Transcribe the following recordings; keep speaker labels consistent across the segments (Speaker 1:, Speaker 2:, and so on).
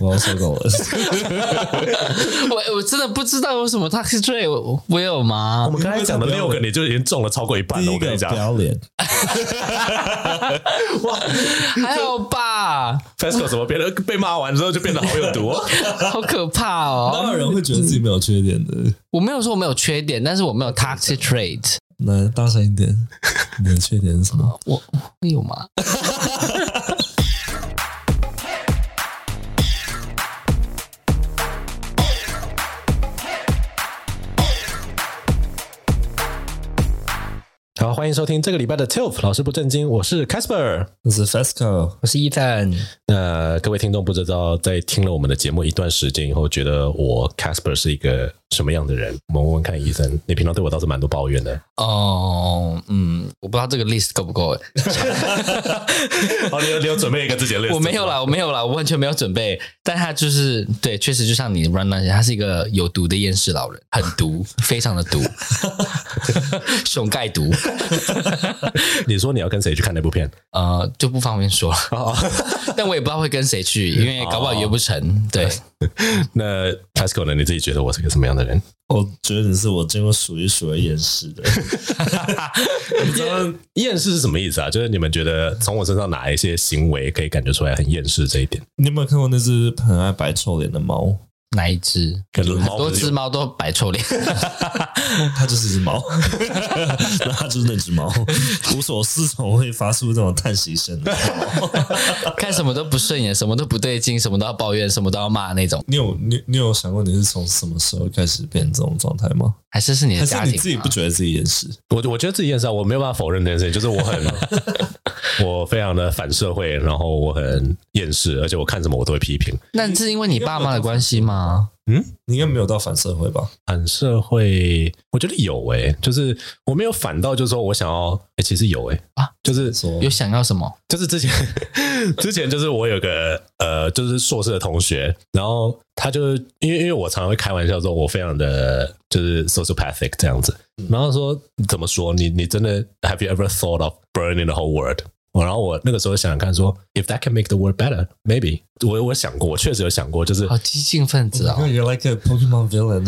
Speaker 1: 我要收狗了。
Speaker 2: 我我真的不知道为什么 Taxi Drive 我我有吗
Speaker 3: 我？们刚才讲的六个，你就已经中了超过一半
Speaker 1: 第
Speaker 3: 了。
Speaker 1: 一
Speaker 3: 我跟
Speaker 1: 个
Speaker 3: 你讲
Speaker 1: 不要脸，
Speaker 2: 还好吧，
Speaker 3: ，FESCO 怎么变得被骂完之后就变得好有毒哦？
Speaker 2: 好可怕
Speaker 1: 当
Speaker 2: 哦！
Speaker 1: 然有人会觉得自己没有缺点的。
Speaker 2: 我没有说我没有缺点，但是我没有 Taxi Drive，
Speaker 1: 来，大声一点，你的缺点是什么？
Speaker 2: 我我有吗？
Speaker 3: 好，欢迎收听这个礼拜的 TILF 老师不正经，我是 Casper。
Speaker 1: 那是 FESCO，
Speaker 2: 我是 Ethan，
Speaker 3: 那、各位听众不知道，在听了我们的节目一段时间以后，觉得我 Casper 是一个什么样的人？我们问问看，医生，你平常对我倒是蛮多抱怨的。
Speaker 2: 哦，嗯，我不知道这个 list 够不够欸，
Speaker 3: 哦，你有你有准备一个自己的 list？
Speaker 2: 我没有啦，我没有啦，我完全没有准备。但他就是对，确实就像你 run 那些，他是一个有毒的厌世老人，很毒，非常的 毒，熊盖毒，
Speaker 3: 你说你要跟谁去看那部片？
Speaker 2: 呃，就不方便说了。
Speaker 1: 哦
Speaker 2: 但我也不知道会跟谁去，因为搞不好约不成。对，
Speaker 3: 那 Pascal 呢？你自己觉得我是个什么样的人？
Speaker 1: 我觉得你是我见过数一数二厌世的。
Speaker 3: 你知道厌世是什么意思啊？就是你们觉得从我身上哪一些行为可以感觉出来很厌世这一点？
Speaker 1: 你有没有看过那只很爱摆臭脸的猫？
Speaker 2: 哪一只？
Speaker 3: 可能
Speaker 2: 很
Speaker 3: 猫
Speaker 2: 多
Speaker 3: 不是有
Speaker 2: 只猫都摆 臭脸。
Speaker 1: 它就是一只猫， 那它就是那只猫，无所适从会发出这种叹息声。
Speaker 2: 看什么都不顺眼，什么都不对劲，什么都要抱怨，什么都要骂那种，
Speaker 1: 你有你你有想过你是从什么时候开始变这种状态吗？
Speaker 2: 还是是你
Speaker 1: 还
Speaker 2: 的
Speaker 1: 是
Speaker 2: 家庭？啊
Speaker 1: 你自己不觉得自己厌世？
Speaker 3: 我我觉得自己厌世啊，我没有办法否认这件事情，就是我很，我非常的反社会，然后我很厌世，而且我看什么我都会批评。
Speaker 2: 那是因为你爸妈的关系吗？
Speaker 1: 你应该没有到反社会吧？
Speaker 3: 反社会，我觉得有诶、就是我没有反到，就是说我想要，诶、其实有诶、
Speaker 2: 啊，
Speaker 3: 就是
Speaker 1: 说
Speaker 2: 有想要什么？
Speaker 3: 就是之前 之前就是我有个呃，就是硕士的同学，然后他就因为因为我常常会开玩笑说，我非常的就是 sociopathic 这样子，然后说怎么说你你真的 have you ever thought of burning the whole world？我然后我那个时候想想看说，if that can make the world better，maybe 我我想过，我确实有想过，就是
Speaker 2: 好激进分子哦！
Speaker 1: You're like a Pokemon villain。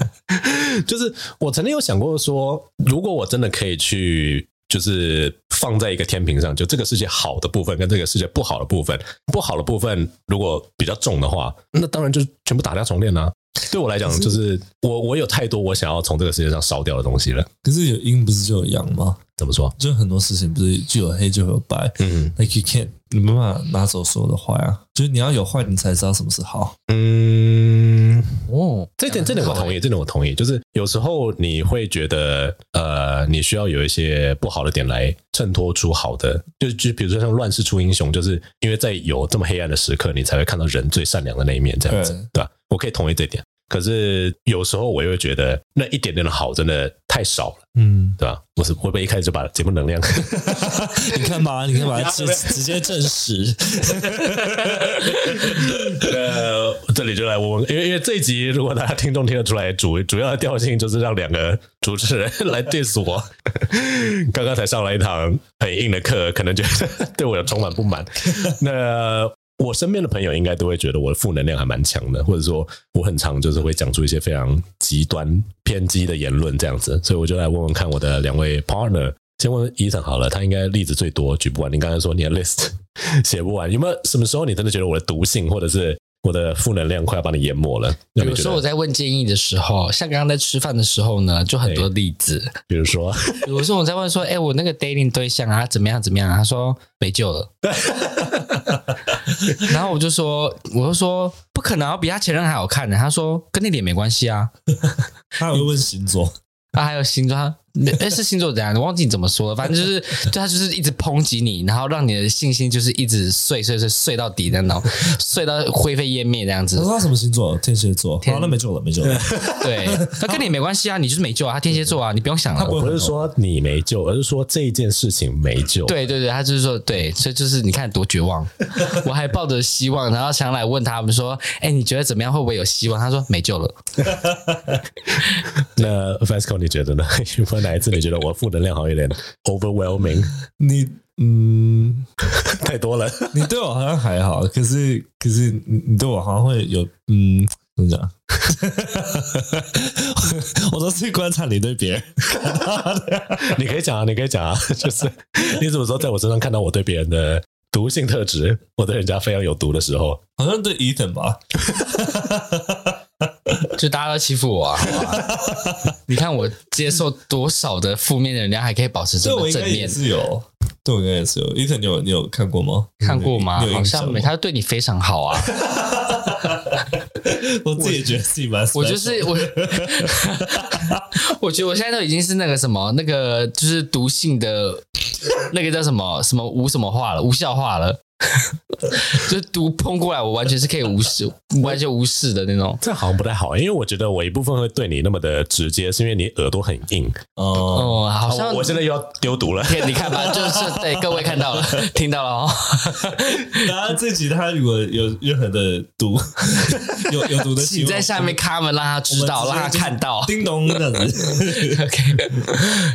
Speaker 3: 就是我曾经有想过说，如果我真的可以去，就是放在一个天平上，就这个世界好的部分跟这个世界不好的部分，不好的部分如果比较重的话， 那当然就全部打掉重练啊。对我来讲，就是我我有太多我想要从这个世界上烧掉的东西了。
Speaker 1: 可是有阴不是就有阳吗？
Speaker 3: 怎么说？
Speaker 1: 就很多事情不是就有黑就有白
Speaker 3: 嗯
Speaker 1: ，like you can't，你没办法拿走所有的坏啊。就是你要有坏，你才知道什么是好。
Speaker 3: 嗯，
Speaker 2: 哦，
Speaker 3: 这点这点我同
Speaker 2: 意。
Speaker 3: 意，这点我同意。就是有时候你会觉得，呃，你需要有一些不好的点来衬托出好的，就就比如说像乱世出英雄，就是因为在有这么黑暗的时刻，你才会看到人最善良的那一面，这样子，
Speaker 1: 对
Speaker 3: 对吧？我可以同意这点。可是有时候我又会觉得那一点点的好真的太少了，
Speaker 1: 嗯，
Speaker 3: 对吧？我是会不会一开始就把节目能量
Speaker 1: 你看 吧，你看吧，啊直直接证实。
Speaker 3: 呃，这里就来问问，因为因为这一集如果大家听众听得出来，主主要的调性就是让两个主持人来 diss 我。刚刚才上了一堂很硬的课，可能觉得 对我有充满不满。那呃我身边的朋友应该都会觉得我的负能量还蛮强的，或者说我很常就是会讲出一些非常极端偏激的言论这样子，所以我就来问问看我的两位 partner。先问伊森好了，他应该例子最多，举不完。你刚才说你的 list 写不完，有没有什么时候你真的觉得我的毒性或者是我的负能量快要把你淹没了？
Speaker 2: 比
Speaker 3: 让你
Speaker 2: 如
Speaker 3: 觉
Speaker 2: 说我
Speaker 3: 得，
Speaker 2: 在问建议的时候，像刚刚在吃饭的时候呢，就很多例子。
Speaker 3: 比如说，
Speaker 2: 比如说我在问说，哎、我那个 dating 对象啊，怎么样怎么样、啊？他说没救了。然后我就说，我就说不可能，我啊比他前任还好看呢、他说跟那点没关系啊。
Speaker 1: 他还会问星座，
Speaker 2: 啊，还有星座，他哎是星座怎样？我忘记你怎么说了，反正就是，就他就是一直抨击你，然后让你的信心就是一直碎碎碎碎到底的那种，碎到灰飞烟灭这样
Speaker 1: 他
Speaker 2: 子
Speaker 1: 说。他什么星座？天蝎座。
Speaker 2: 天
Speaker 1: 好，那没救了，没救 了。
Speaker 2: 对，他跟你没关系啊，你就是没救啊，他天蝎座啊，你不用想了。
Speaker 1: 不
Speaker 3: 我哦不是说你没救，而是说这一件事情没救。，
Speaker 2: 对对对，他就是说对，所以就是你看多绝望， 我还抱着希望，然后想来问他们说，哎，你觉得怎么样？会不会有希望？他说 没救了。
Speaker 3: 那 Fasco 你觉得呢？有没有哪一次你觉得我负能量好像有点 overwhelming？
Speaker 1: 你嗯，
Speaker 3: 太多了。
Speaker 1: 你对我好像还好，可是可是你你对我好像会有嗯，怎么讲？ 我都是观察你对别人，
Speaker 3: 你可以讲啊，你可以讲啊，就是你怎么说在我身上看到我对别人的毒性特质， 我对人家非常有毒的时候，
Speaker 1: 好像对 Ethan 吧？
Speaker 2: 就大家都欺负我啊！ 好吧你看我接受多少的负面的能量，还可以保持这
Speaker 1: 对
Speaker 2: 么
Speaker 1: 我应
Speaker 2: 正
Speaker 1: 该也
Speaker 2: 面，
Speaker 1: 是有，对我应该也是有。Ethan，你有你有看过吗？
Speaker 2: 看过吗
Speaker 1: 你有？印
Speaker 2: 好
Speaker 1: 象
Speaker 2: 像没，
Speaker 1: 吗
Speaker 2: 他对你非常好啊。
Speaker 1: 我自己也觉得自己蛮 special 的，
Speaker 2: 我就是 我，我觉得我现在都已经是那个什么，那个就是毒性的，那个叫什么什么无什么化了，无效化了， 就是毒碰过来，我完全是可以无视，完全无视的那种。
Speaker 3: 这好像不太好，因为我觉得我一部分会对你那么的直接，是因为你耳朵很硬。
Speaker 1: 哦，
Speaker 2: 哦，好
Speaker 3: 啊
Speaker 2: 像
Speaker 3: 我我现在又要丢毒了。
Speaker 2: 你看吧，就是对各位看到了，听到了哦。呃
Speaker 1: 然后这集他如果有任何的毒， 有有毒的行为，
Speaker 2: 你在下面 comment 让他知道，
Speaker 1: 我
Speaker 2: 让
Speaker 1: 们
Speaker 2: 他
Speaker 1: 直接就是
Speaker 2: 看到。
Speaker 1: 叮咚这样子。
Speaker 2: OK，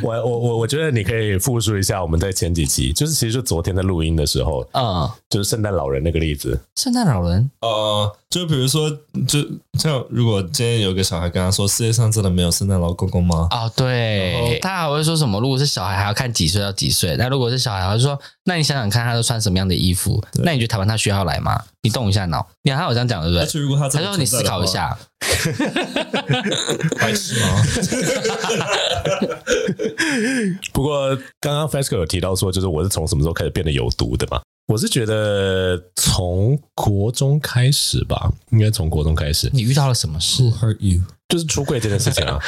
Speaker 3: 我我我我觉得你可以复述一下我们在前几集，就是其实就昨天在录音的时候，
Speaker 2: 嗯，
Speaker 3: 就是圣诞老人那个例子。
Speaker 2: 圣诞老人
Speaker 1: 呃，就比如说，就像如果今天有个小孩跟他说，世界上真的没有圣诞老公公吗？
Speaker 2: 哦，
Speaker 1: 然后
Speaker 2: 对，他还会说什么？如果是小孩，还要看几岁到几岁。那如果是小孩，他就说，那你想想看，他都穿什么样的衣服？那你觉得台湾他需要来吗？你动一下脑，你还有这样讲对不
Speaker 1: 而
Speaker 2: 对？
Speaker 1: 且如果他
Speaker 2: 他
Speaker 1: 真的
Speaker 2: 说你思
Speaker 1: 存在的话
Speaker 2: 考一，下，
Speaker 1: 白痴吗？
Speaker 3: 不过刚刚 Fasco 有提到说，就是我是从什么时候开始变得有毒的嘛？我是觉得从国中开始吧，应该从国中开始，
Speaker 2: 你遇到了什么事？
Speaker 1: hurt you？
Speaker 3: 就是出柜这件事情啊。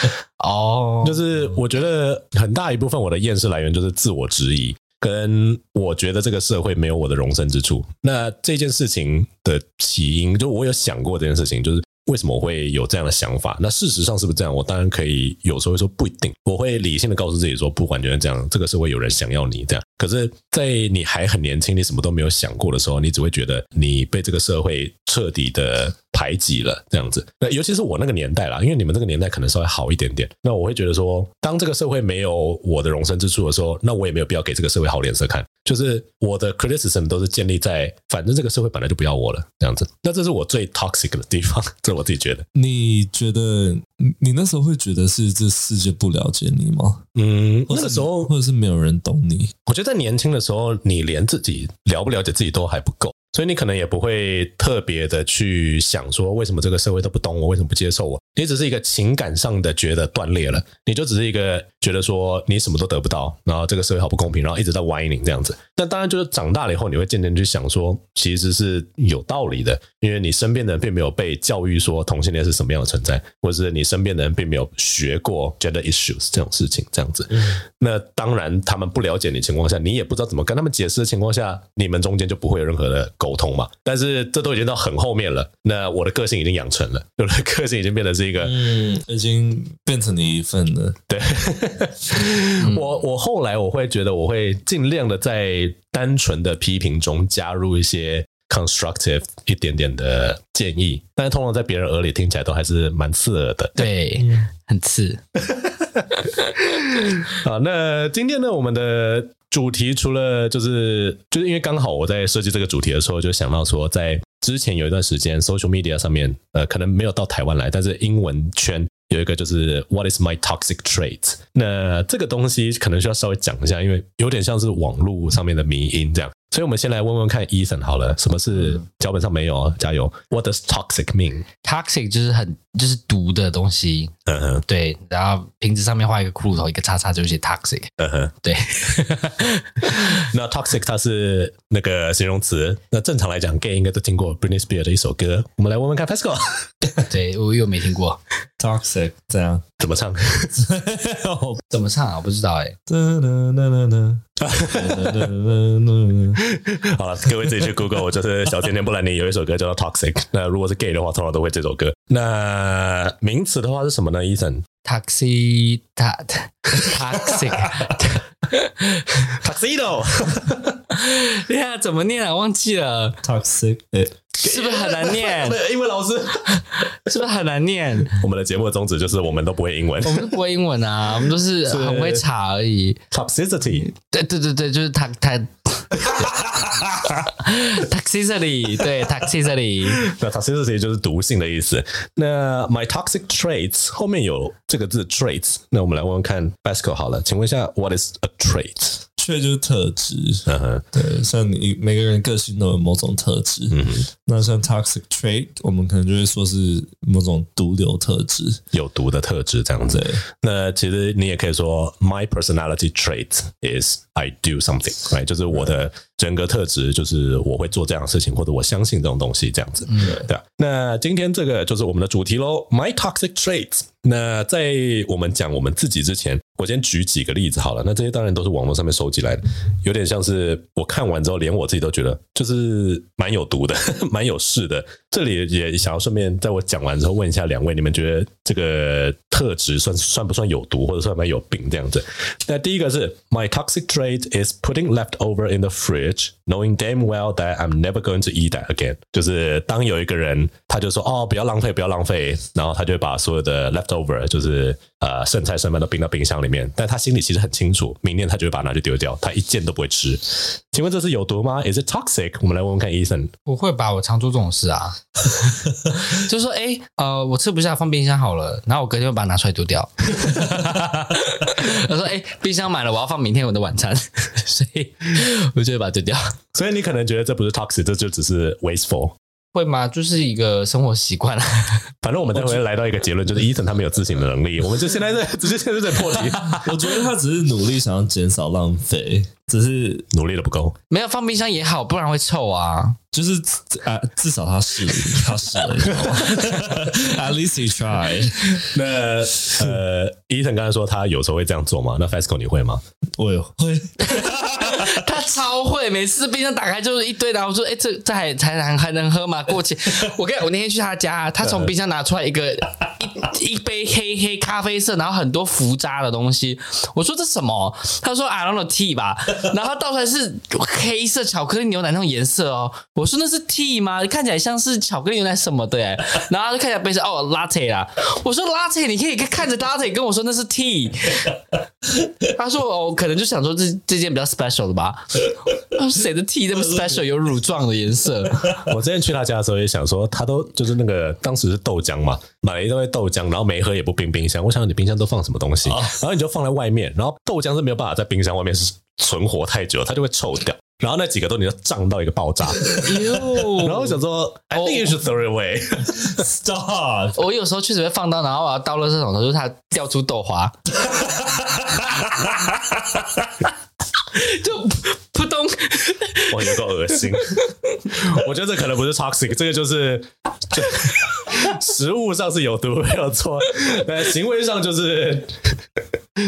Speaker 2: 哦，
Speaker 3: 就是我觉得很大一部分我的厌世来源就是自我质疑，跟我觉得这个社会没有我的容身之处。那这件事情的起因，就我有想过这件事情，就是为什么我会有这样的想法？那事实上是不是这样？我当然可以有时候会说不一定，我会理性的告诉自己说，不完全是这样，这个社会有人想要你这样。可是，在你还很年轻，你什么都没有想过的时候，你只会觉得你被这个社会彻底的排挤了，这样子。那尤其是我那个年代啦，因为你们这个年代可能稍微好一点点。那我会觉得说，当这个社会没有我的容身之处的时候，那我也没有必要给这个社会好脸色看。就是我的 criticism 都是建立在，反正这个社会本来就不要我了，这样子。那这是我最 toxic 的地方， 这是我自己觉得。
Speaker 1: 你觉得你你那时候会觉得是这世界不了解你吗？
Speaker 3: 嗯，
Speaker 1: 或
Speaker 3: 那
Speaker 1: 者
Speaker 3: 个时候
Speaker 1: 或者是没有人懂你？
Speaker 3: 我觉得在年轻的时候，你连自己了不了解自己都还不够，所以你可能也不会特别的去想说，为什么这个社会都不懂我，为什么不接受我？你只是一个情感上的觉得断裂了，你就只是一个觉得说你什么都得不到，然后这个社会好不公平，然后一直在 whining 这样子。但当然，就是长大了以后，你会渐渐去想说，其实是有道理的，因为你身边的人并没有被教育说同性恋是什么样的存在，或者是你身边的人并没有学过 gender issues 这种事情，这样子。那当然，他们不了解你的情况下，你也不知道怎么跟他们解释的情况下，你们中间就不会有任何的沟通嘛。但是这都已经到很后面了，那我的个性已经养成了，我的个性已经变得是一个，
Speaker 1: 嗯，已经变成你一份了。
Speaker 3: 我我后来我会觉得我会尽量的在单纯的批评中加入一些 constructive 一点点的建议，但是通常在别人耳里听起来都还是蛮刺耳的。
Speaker 2: 对，很刺。
Speaker 3: 啊，那今天呢，我们的主题除了就是就是因为刚好我在设计这个主题的时候，就想到说，在之前有一段时间，social media 上面，呃，可能没有到台湾来，但是英文圈有一个就是 What is my toxic trait？那这个东西可能需要稍微讲一下，因为有点像是网络上面的迷因这样。所以，我们先来问问看 Ethan 好了，什么是脚本上没有？啊加油！What does toxic mean？
Speaker 2: Toxic 就是很就是毒的东西，
Speaker 3: 嗯哼，
Speaker 2: 对。然后瓶子上面画一个骷髅头，一个叉叉，就是写 toxic。
Speaker 3: 嗯哼。
Speaker 2: 对，
Speaker 3: 那 toxic 它是那个形容词，那正常来讲，gay 应该都听过 Britney Spears 的一首歌。我们来问问看 Pascal
Speaker 2: 对我又没听过，
Speaker 1: Toxic 这样。
Speaker 3: 怎么唱。
Speaker 2: 怎么唱啊？我不知道哎。
Speaker 3: 好了，各位自己去 Google，我就是小甜甜布兰妮有一首歌叫做 Toxic。那如果是 gay 的话，通常都会这首歌。那名词的话是什么呢？Ethan
Speaker 2: Toxic ta- toxic，
Speaker 3: Tuxedo
Speaker 2: 对啊呀，怎么念啊？忘记了，
Speaker 1: Toxic，
Speaker 2: 是不是很难念？
Speaker 3: 英文老师
Speaker 2: 是不是很难念？
Speaker 3: 我们的节目宗旨就是我们都不会英文
Speaker 2: 我们都不会英文啊，我们都是很会查而已。
Speaker 3: ，toxicity
Speaker 2: 对对对对，就是他他 toxicity，对 toxicity，
Speaker 3: 那 toxicity 就是毒性的意思。那 my toxic traits 后面有这个字 traits，那我们来问问看 Basco 好了，请问一下 what is a trait？
Speaker 1: 确就是特质，
Speaker 3: 嗯哼，
Speaker 1: 对，像你每个人个性都有某种特质，嗯，那像 toxic trait，我们可能就会说是某种毒瘤特 质，
Speaker 3: 有毒的特质这样子
Speaker 1: 对。
Speaker 3: 那其实你也可以说，my personality trait is I do something，right？就是我的人格特质就是我会做这样的事情，或者我相信这种东西这样子。对啊。那今天这个就是我们的主题喽，my toxic traits。那在我们讲我们自己之前，我先举几个例子好了。那这些当然都是网络上面收集来的，有点像是我看完之后，连我自己都觉得就是蛮有毒的， 蛮有事的。这里也想要顺便在我讲完之后问一下两位，你们觉得这个特质算算不算有毒，或者算不算有病这样子？那第一个是 My toxic trait is putting leftover in the fridge, knowing damn well that I'm never going to eat that again。就是当有一个人他就说哦，不要浪费，不要浪费，然后他就会把所有的 leftover，就是呃剩菜剩饭都冰到冰箱里面，但他心里其实很清楚，明年他就会把它拿去丢掉，他一件都不会吃。请问这是有毒吗？Is it toxic？我们来问问看 Ethan。
Speaker 2: 不会吧？我常做这种事啊，就说哎、呃，我吃不下，放冰箱好了，然后我隔天会把它拿出来丢掉。我说哎、冰箱满了，我要放明天我的晚餐， 所以我就会把它丢掉。
Speaker 3: 所以你可能觉得这不是 toxic，这就只是 wasteful。
Speaker 2: 会吗？就是一个生活习惯啊。
Speaker 3: 反正我们待会来到一个结论，就是 Ethan 他没有自省的能力。我们就现在在，直接现在就在破 题，
Speaker 1: 我觉得他只是努力想要减少浪费，只是
Speaker 3: 努力的不够。
Speaker 2: 没有放冰箱也好，不然会臭啊。
Speaker 1: 就是啊，至少他试了，他试了你知道 吗 ，at least he tried。
Speaker 3: 那呃，Ethan 刚才说他有时候会这样做嘛？那 Fasco 你会吗？
Speaker 1: 我也会，
Speaker 2: 他超会，每次冰箱打开就是一堆，然后我说：“哎、这这还还能还能喝吗？过期。”我跟我那天去他家，他从冰箱拿出来一个一一杯黑黑咖啡色，然后很多浮渣的东西。我说这什么？他说 I don't know tea 吧，然后倒出来是黑色巧克力牛奶那种颜色哦。我说那是 tea 吗？看起来像是巧克力牛奶什么的哎。然后他就看起来杯是哦 latte 啦。我说 latte 你可以看着 latte 跟我说那是 tea。他说哦，可能就想说这这件比较 special 的吧。他说谁的 T 这么 special 有乳状的颜色？
Speaker 3: 我之前去他家的时候也想说，他都就是那个当时是豆浆嘛，买了一堆豆浆，然后没喝也不冰冰箱。我想你冰箱都放什么东西？
Speaker 2: 哦
Speaker 3: 然后你就放在外面，然后豆浆是没有办法在冰箱外面是存活太久，它就会臭掉。然后那几个都你就胀到一个爆 炸，
Speaker 2: 哟
Speaker 3: 然后我想说，I think you should throw it away。
Speaker 1: stop。
Speaker 2: 我有时候确实会放到，然后我要倒垃圾桶的时候，就是它掉出豆花，就扑通。
Speaker 3: 哇，有够恶 心！我觉得这可能不是 toxic，这个就是这食物上是有毒没有错，但行为上就是。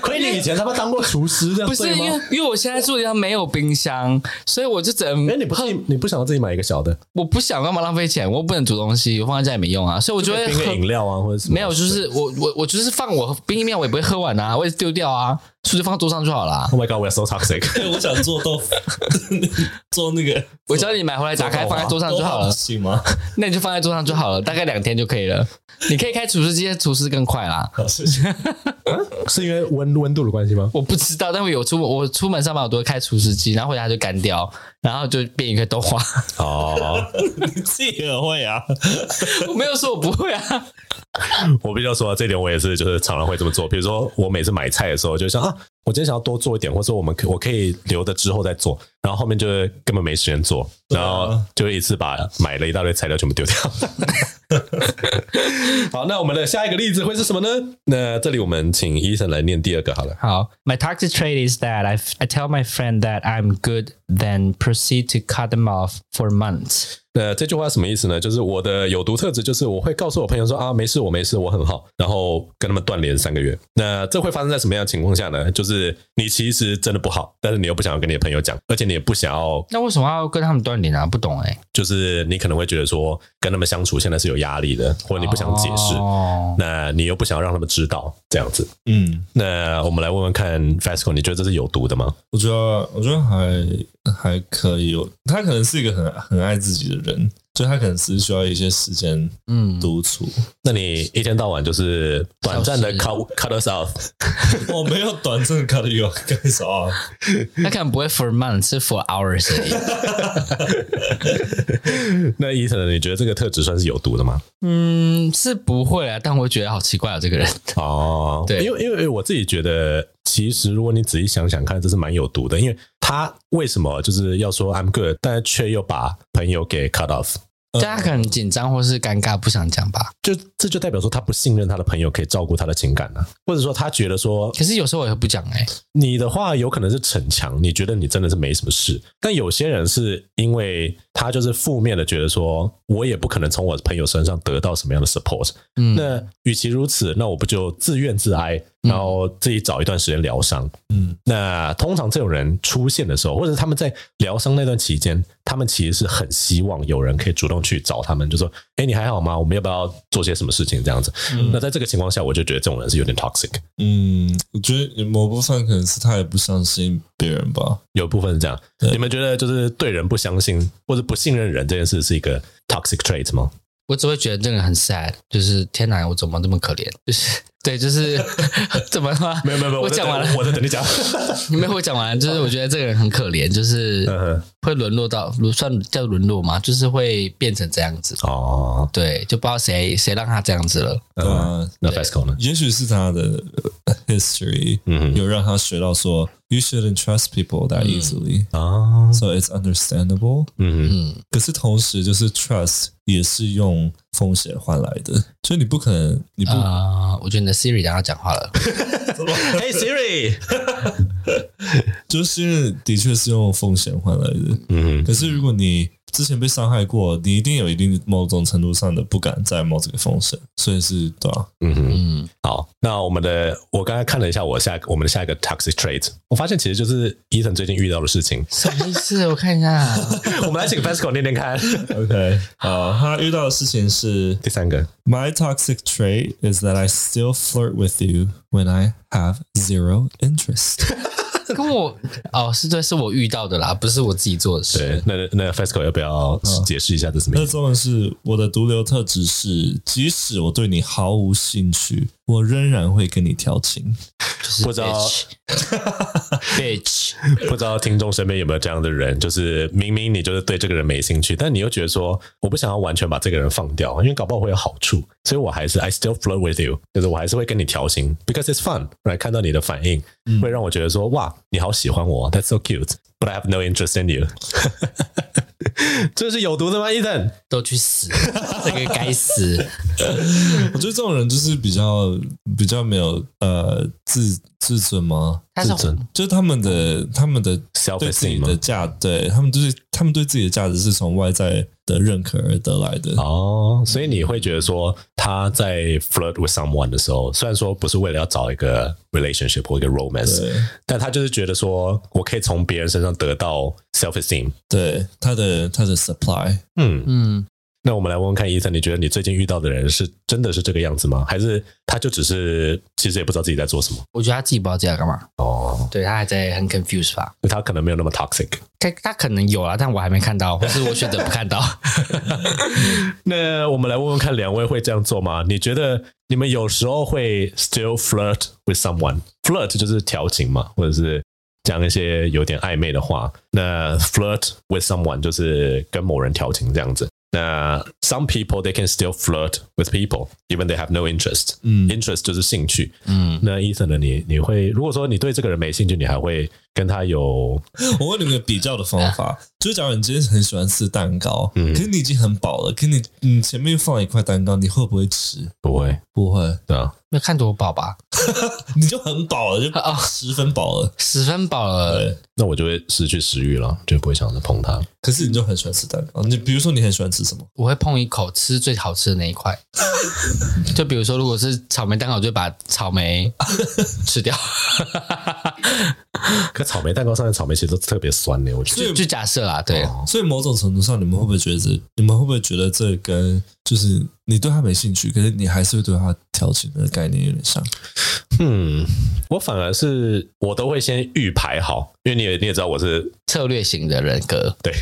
Speaker 3: 亏你以前他妈当过厨师，这样
Speaker 2: 不是
Speaker 3: 对
Speaker 2: 因
Speaker 3: 吗
Speaker 2: 为？因为我现在住的地方没有冰箱，所以我就只能
Speaker 3: 哎，你不是你不想要自己买一个小的，
Speaker 2: 我不想干嘛浪费钱，我不能煮东西，我放在家也没用啊，所以我就会
Speaker 3: 冰个
Speaker 2: 喝
Speaker 3: 饮料啊，或者什么？
Speaker 2: 没有，就是我我我就是放我冰面，我也不会喝完啊，我也丢掉啊，所以就放桌上就好啊 啦。
Speaker 3: Oh my god, we're so toxic！
Speaker 1: 对，我想做豆腐，做那个
Speaker 2: 我教你买回来打开放在桌上就好
Speaker 1: 豆
Speaker 2: 啊了
Speaker 1: 花，行吗？
Speaker 2: 那你就放在桌上就好了，大概两天就可以了。你可以开厨师机，厨师更快啦。
Speaker 1: 好谢谢
Speaker 3: 是因为温温度的关系吗？
Speaker 2: 我不知道，但我有出门，我出门上班我都会开厨师机，然后回家就干掉，然后就变一个豆花。
Speaker 3: 哦，
Speaker 1: 你自己也会啊？
Speaker 2: 我没有说我不会啊，
Speaker 3: 我必须要说，这点我也是，就是常常会这么做。比如说，我每次买菜的时候，就想啊，我今天想要多做一点，或者说我们可我可以留着之后再做，然后后面就是根本没时间做，
Speaker 1: 对
Speaker 3: 然
Speaker 1: 啊
Speaker 3: 后就一次把买了一大堆材料全部 丢掉。好，那我们的下一个例子会是什么呢？那这里我们请医生来念第二个好了。
Speaker 2: 好，My toxic trait is that I I tell my friend that I'm good, then proceed to cut them off for months。
Speaker 3: 那这句话什么意思呢？就是我的有毒特质，就是我会告诉我朋友说啊，没事，我没事，我很好，然后跟他们断联三个月。那这会发生在什么样的情况下呢？就是你其实真的不好，但是你又不想要跟你的朋友讲，而且你也不想要，
Speaker 2: 那为什么要跟他们断联啊？不懂哎、
Speaker 3: 就是你可能会觉得说跟他们相处现在是有压力的，或者你不想解释，
Speaker 2: 哦
Speaker 3: 那你又不想让他们知道这样子。
Speaker 1: 嗯，
Speaker 3: 那我们来问问看 Fasco，你觉得这是有毒的吗？
Speaker 1: 我觉得我觉得还还可以，我他可能是一个很很爱自己的人，就他可能只是需要一些时间
Speaker 2: 嗯，
Speaker 1: 独处。
Speaker 3: 那你一天到晚就是短暂的 cut cut us off，
Speaker 1: 我没有短暂看的有干啥啊？
Speaker 2: 他可能不会 for months，是 for hours 而已。
Speaker 3: 那伊藤，你觉得这个特质算是有毒的吗？
Speaker 2: 嗯，是不会啊，但我觉得好奇怪啊，这个人。
Speaker 3: 哦，
Speaker 2: 对
Speaker 3: 因为因为因为我自己觉得，其实如果你仔细想想看，这是蛮有毒的，因为他为什么就是要说 I'm good，但是却又把朋友给 cut off，
Speaker 2: 大家可能紧张或是尴尬，不想讲吧。
Speaker 3: 就这就代表说他不信任他的朋友可以照顾他的情感呢、啊或者说他觉得说
Speaker 2: 可是有时候我也会不讲哎、
Speaker 3: 你的话有可能是逞强，你觉得你真的是没什么事，但有些人是因为他就是负面的觉得说，我也不可能从我朋友身上得到什么样的 support，
Speaker 2: 嗯，
Speaker 3: 那与其如此，那我不就自怨自哀，然后自己找一段时间疗伤？
Speaker 1: 嗯，
Speaker 3: 那通常这种人出现的时候，或者他们在疗伤那段期间，他们其实是很希望有人可以主动去找他们，就说：“哎，你还好吗？我们要不要做些什么事情？”这样子。那在这个情况下，我就觉得这种人是有点 toxic，
Speaker 1: 嗯，我觉得某部分可能是他也不相信别人吧。
Speaker 3: 有部分是这样。你们觉得就是对人不相信或者不信任人这件事是一个 toxic trait 吗？
Speaker 2: 我只会觉得这个人很 sad，就是天哪，我怎么这么可怜？ 就是对，就是 怎么了？
Speaker 3: 没有没有没有，
Speaker 2: 我
Speaker 3: 在
Speaker 2: 讲完了
Speaker 3: 我在等你讲。
Speaker 2: 你没有我讲完，就是我觉得这个人很可怜，就是
Speaker 3: 嗯哼
Speaker 2: 会沦落到算叫沦落吗？就是会变成这样子。
Speaker 3: 哦，
Speaker 2: 对，就不知道谁谁让他这样子了。
Speaker 1: 对啊，
Speaker 3: 那 Fasco 呢？
Speaker 1: 也许是他的呃 history
Speaker 3: 嗯
Speaker 1: 有让他学到说，you shouldn't trust people that easily，、
Speaker 3: 啊，
Speaker 1: so it's understandable。
Speaker 3: 嗯哼
Speaker 2: 嗯，
Speaker 1: 可是同时，就是 trust 也是用风险换来的，所以你不可能，你不、
Speaker 3: 嗯
Speaker 2: 啊、我觉得你的 Siri 让他讲话了。
Speaker 3: ，Hey Siri。
Speaker 1: 就是因为的确是用风险换来的。
Speaker 3: 嗯
Speaker 1: 可是如果你之前被伤害过，你一定有一定某种程度上的不敢再冒这个风险，所以是对 啊，
Speaker 3: 嗯哼，
Speaker 2: 嗯，。
Speaker 3: 好，那我们的我刚才看了一下我下我们的下一个 toxic trait，我发现其实就是伊藤最近遇到的事情
Speaker 2: 什么意 思？我看一下。
Speaker 3: 我们来请 Pascal 念念看。
Speaker 1: OK，好，他遇到的事情是
Speaker 3: 第三个，
Speaker 1: My toxic trait is that I still flirt with you when I have zero interest.
Speaker 2: 跟我哦，是对，是我遇到的啦，不是我自己做的
Speaker 3: 对
Speaker 2: 事。，
Speaker 3: 那那 Pascal 要不要解释一下这是什么
Speaker 1: 那
Speaker 3: 意思？
Speaker 1: 中文是我的毒瘤特质是，即使我对你毫无兴趣，我仍然会跟你调 情。
Speaker 2: 就是
Speaker 3: 不知道
Speaker 2: bitch，bitch，
Speaker 3: 不知道听众身边有没有这样的人，就是明明你就是对这个人没兴趣，但你又觉得说我不想要完全把这个人放掉，因为搞不好会有好处，所以我还是 I still flirt with you，就是我还是会跟你调情，because it's fun。来看到你的反应，会让我觉得说哇，你好喜欢我，that's so cute，but I have no interest in you。这是有毒的吗，Ethan？
Speaker 2: 都去 死，这个该死。
Speaker 1: 我觉得这种人就是比较比较没有呃自自尊吗？
Speaker 2: 他是
Speaker 3: 自尊
Speaker 1: 就是他们的他们的
Speaker 3: Self-esteem
Speaker 1: 对自己
Speaker 3: 吗
Speaker 1: 的价，对他们就是他们对自己的价值是从外在的认可而得来的。
Speaker 3: 哦，所以你会觉得说他在 flirt with someone 的时候，虽然说不是为了要找一个 relationship 或一个 romance，
Speaker 1: 对
Speaker 3: 但他就是觉得说，我可以从别人身上得到 self esteem。
Speaker 1: 对，他的他的 supply，
Speaker 3: 嗯，
Speaker 2: 嗯，
Speaker 3: 那我们来问问看，医生，你觉得你最近遇到的人是真的是这个样子吗？还是他就只是其实也不知道自己在做什么？
Speaker 2: 我觉得他自己不知道自己要干嘛，
Speaker 3: 哦，
Speaker 2: 对他还在很 confused 吧。
Speaker 3: 他可能没有那么 toxic。
Speaker 2: 他他可能有啊，但我还没看到，或是我选择不看 到。
Speaker 3: 那我们来问问看，两位会这样做吗？你觉得你们有时候会 still flirt with someone？flirt 就是调情嘛，或者是讲一些有点暧昧的话。那 flirt with someone 就是跟某人调情这样子。那 some people they can still flirt with people even they have no interest。
Speaker 1: 嗯
Speaker 3: interest 就是兴趣。
Speaker 2: 嗯，
Speaker 3: 那 Ethan 呢？你你会如果说你对这个人没兴趣，你还会跟他有
Speaker 1: 我问你们个比较的方法，就是假如你今天很喜欢吃蛋糕，
Speaker 3: 嗯
Speaker 1: 可是你已经很饱了，可你你前面放了一块蛋糕，你会不会吃？
Speaker 3: 不会
Speaker 1: 不会，
Speaker 3: 对啊？
Speaker 2: 那看多饱吧，
Speaker 1: 你就很饱了，
Speaker 2: 啊
Speaker 1: 就十分饱了。
Speaker 2: 十分饱了。
Speaker 1: 对，
Speaker 3: 那我就会失去食欲了，就不会想着碰他。
Speaker 1: 可是你就很喜欢吃蛋糕。你比如说你很喜欢吃什么？
Speaker 2: 我会碰一口吃最好吃的那一 块，就比如说，如果 是草莓蛋糕，我就把草莓吃掉。
Speaker 3: 可个草莓蛋糕上的草莓其实都特别酸呢，我觉
Speaker 1: 所
Speaker 3: 得
Speaker 1: 以
Speaker 2: 就就假设啦，对，
Speaker 1: 所以某种程度上，你们会不会觉得这？你们会不会觉得这跟就是你对他没兴趣，可是你还是会对他调情的概念有点 像？
Speaker 3: 嗯，我反而是我都会先预排好，因为你也你也知道我是
Speaker 2: 策略型的人格，
Speaker 3: 对，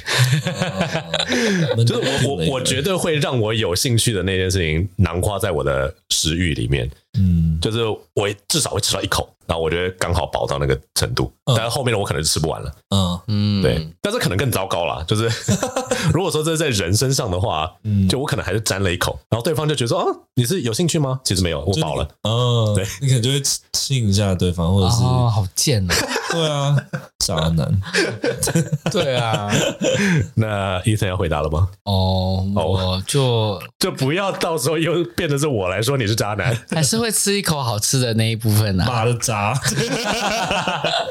Speaker 1: 就
Speaker 3: 就是我 我我觉，得会让我有兴趣的那件事情囊括在我的食欲里面，
Speaker 1: 嗯，
Speaker 3: 就是我至少会吃到一口，然后我觉得刚好饱到那个程度，
Speaker 1: 嗯
Speaker 3: 但是后面的我可能就吃不完了。
Speaker 1: 啊，
Speaker 2: 嗯，
Speaker 3: 对，，但是可能更糟糕啦，就是 如果说这是在人身上的话，
Speaker 1: 嗯
Speaker 3: 就我可能还是沾了一口，然后对方就觉得说啊，你是有兴趣吗？其实没有，我饱了。
Speaker 1: 哦，
Speaker 3: 对，
Speaker 1: 你可能就会亲一下对方，或者是、
Speaker 2: 哦，好贱哦，
Speaker 1: 对啊，渣男，
Speaker 2: 对啊，
Speaker 3: 那伊森要回答了吗？
Speaker 2: 哦，我就
Speaker 3: 就不要到时候又变得是我来说你是渣 男。
Speaker 2: 还是会吃一口好吃的那一部分啊，
Speaker 1: 妈的渣，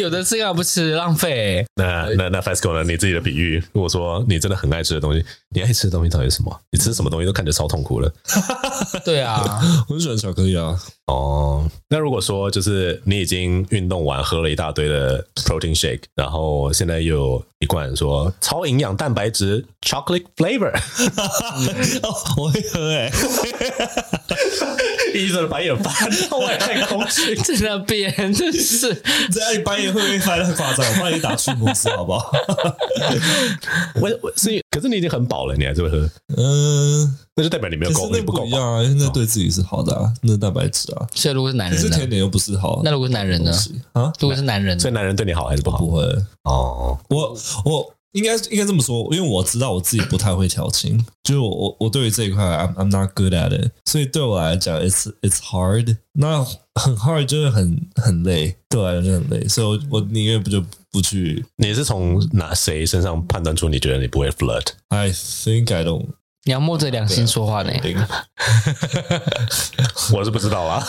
Speaker 2: 有的吃干嘛不吃，浪费、
Speaker 1: 哎
Speaker 3: 那那那 Fasco 呢？你自己的比喻，如果说你真的很爱吃的东西，你爱吃的东西到底是什么？你吃什么东西都看起来超痛苦了。
Speaker 2: 对啊，
Speaker 1: 我就喜欢巧克力啊，
Speaker 3: 哦，那如果说就是你已经运动完喝了一大堆的 protein shake，然后现在又有一罐说超营养蛋白质 chocolate flavor，
Speaker 1: 哦，我会喝哎、
Speaker 3: 医生白眼翻，我也太空虚。
Speaker 2: 在那边真是
Speaker 1: 这样你半夜会不会翻太夸张？我帮你打驱魔师好不好？
Speaker 3: 我我是因为，可是你已经很饱了，你还是会喝，
Speaker 1: 嗯，
Speaker 3: 那就代表你没有
Speaker 1: 可
Speaker 3: 够
Speaker 1: 是，
Speaker 3: 你
Speaker 1: 那
Speaker 3: 不
Speaker 1: 不
Speaker 3: 够
Speaker 1: 一
Speaker 3: 饱。
Speaker 1: 样啊，因为那对自己是好的啊，那蛋白质啊，
Speaker 2: 所以如果是男
Speaker 1: 可
Speaker 2: 人
Speaker 1: 是
Speaker 2: 呢？
Speaker 1: 甜点又不是好
Speaker 2: 那如果是男人呢
Speaker 1: 东？西啊，
Speaker 2: 如果是男人呢
Speaker 3: 所以？男人对你好还是不好？
Speaker 1: 不会，
Speaker 3: 哦，
Speaker 1: 我我应该应该这么说，因为我知道我自己不太会调情，就是我我我对于这一块 I'm I'm not good at it，所以对我来讲 it's it's hard，那很 hard 就是很很累，对我来讲就很累，所以我我宁愿不就不去。
Speaker 3: 你是从哪谁身上判断出你觉得你不会 flirt？
Speaker 1: I think I don't
Speaker 2: 你要摸着良心说话呢。
Speaker 1: think
Speaker 3: 我是不知道啊。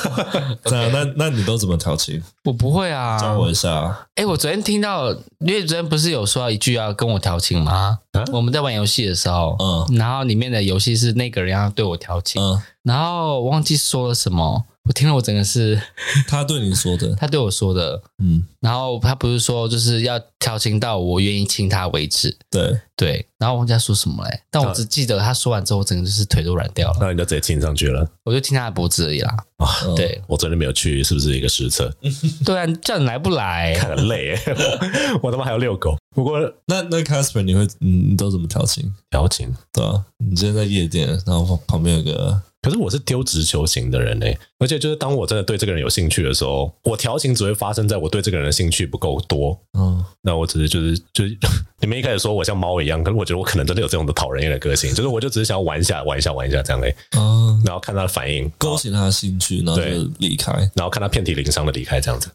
Speaker 1: 那那那你都怎么调情？
Speaker 2: 我不会啊。
Speaker 1: 教我一下啊。
Speaker 2: 哎、我昨天听到，因为昨天不是有说到一句要跟我调情吗？
Speaker 3: 啊
Speaker 2: 我们在玩游戏的时候，
Speaker 1: 嗯
Speaker 2: 然后里面的游戏是那个人要对我调情，
Speaker 1: 嗯，
Speaker 2: 然后忘记说了什么。我听了，我整个是
Speaker 1: 他对你说的，
Speaker 2: 他对我说的，
Speaker 1: 嗯，
Speaker 2: 然后他不是说就是要调情到我愿意亲他为止，
Speaker 1: 对，
Speaker 2: 对，然后忘记他说什么嘞，但我只记得他说完之后，我整个就是腿都软掉了，
Speaker 3: 那你就直接亲上去了。
Speaker 2: 我就听他的脖子而已啦。
Speaker 3: 啊
Speaker 1: 嗯，
Speaker 2: 对，
Speaker 3: 我昨天没有去，是不是一个失策？
Speaker 2: 对啊，叫你来不来？
Speaker 3: 很累、 欸，我他妈还要遛狗。不过
Speaker 1: 那那 Casper 你会嗯你都怎么调情？
Speaker 3: 调情，
Speaker 1: 对啊，你今天在夜店，然后旁边有个
Speaker 3: 可是我是丢直球型的人呢、而且就是当我真的对这个人有兴趣的时候，我调情只会发生在我对这个人的兴趣不够多。
Speaker 1: 嗯。
Speaker 3: 那我只是就是就是 你们一开始说我像猫一样，可是我觉得我可能真的有这种的讨人厌的个性，就是我就只是想要玩一下玩一下玩一下这样哎、
Speaker 1: 啊，
Speaker 3: 然后看他的反应，
Speaker 1: 勾起他的兴趣，然后
Speaker 3: 对
Speaker 1: 就离开。
Speaker 3: 然后看他遍体鳞伤的离开这样子。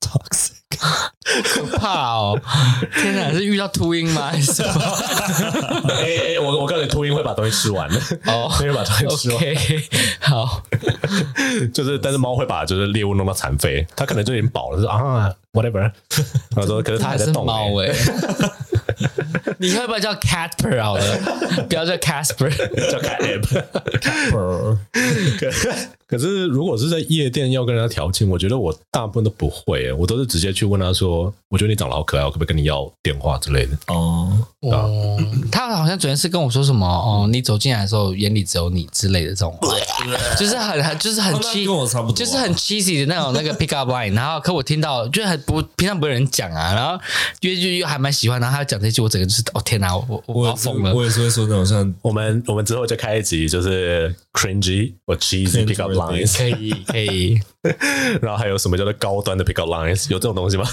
Speaker 1: Toxic
Speaker 2: 可怕 哦！天哪，是遇到秃鹰吗？还是什么？
Speaker 3: 哎、哎我我告诉你，秃鹰会把东西吃 完的，
Speaker 2: 哦
Speaker 3: 秃鹰会把东西吃完。
Speaker 2: OK，好，
Speaker 3: 就是，但是猫会把就是猎物弄到残废，它可能就已经饱了，就说啊，whatever。他说，可是它还
Speaker 2: 还
Speaker 3: 在
Speaker 2: 是
Speaker 3: 动、欸
Speaker 2: 猫哎、 你要不要叫 Catper 好了？不要叫 Casper。
Speaker 3: 叫开 app。
Speaker 1: bird
Speaker 3: 哎 可可是如果是在夜店要跟人家调情，我觉得我大部分都不会、欸，我都是直接去问他说，我觉得你长得好可爱，我可不可以跟你要电话之类的。
Speaker 1: 哦，
Speaker 2: 哦，他好像昨天是跟我说什么哦，你走进来的时候眼里只有你之类的这种话， 就是很很就是很
Speaker 1: 哦那
Speaker 2: cheap，
Speaker 1: 跟我差不多啊
Speaker 2: 就是很 cheesy 的那种那个 pick up line。然后可我听到就是很不平常不会有人讲啊，然后因为就又还蛮喜欢，然后他讲这句，我整个就是哦天哪，我我我
Speaker 1: 我
Speaker 2: 要
Speaker 1: 也是
Speaker 2: 疯了。
Speaker 1: 我也是会说那种像
Speaker 3: 我们我们之后就开一集，就是 cringy 或 cheesy pick up
Speaker 1: Cringeworthy
Speaker 3: lines，
Speaker 2: 可以可以，
Speaker 3: 然后还有什么叫做高端的 pick up lines，有这种东西吗？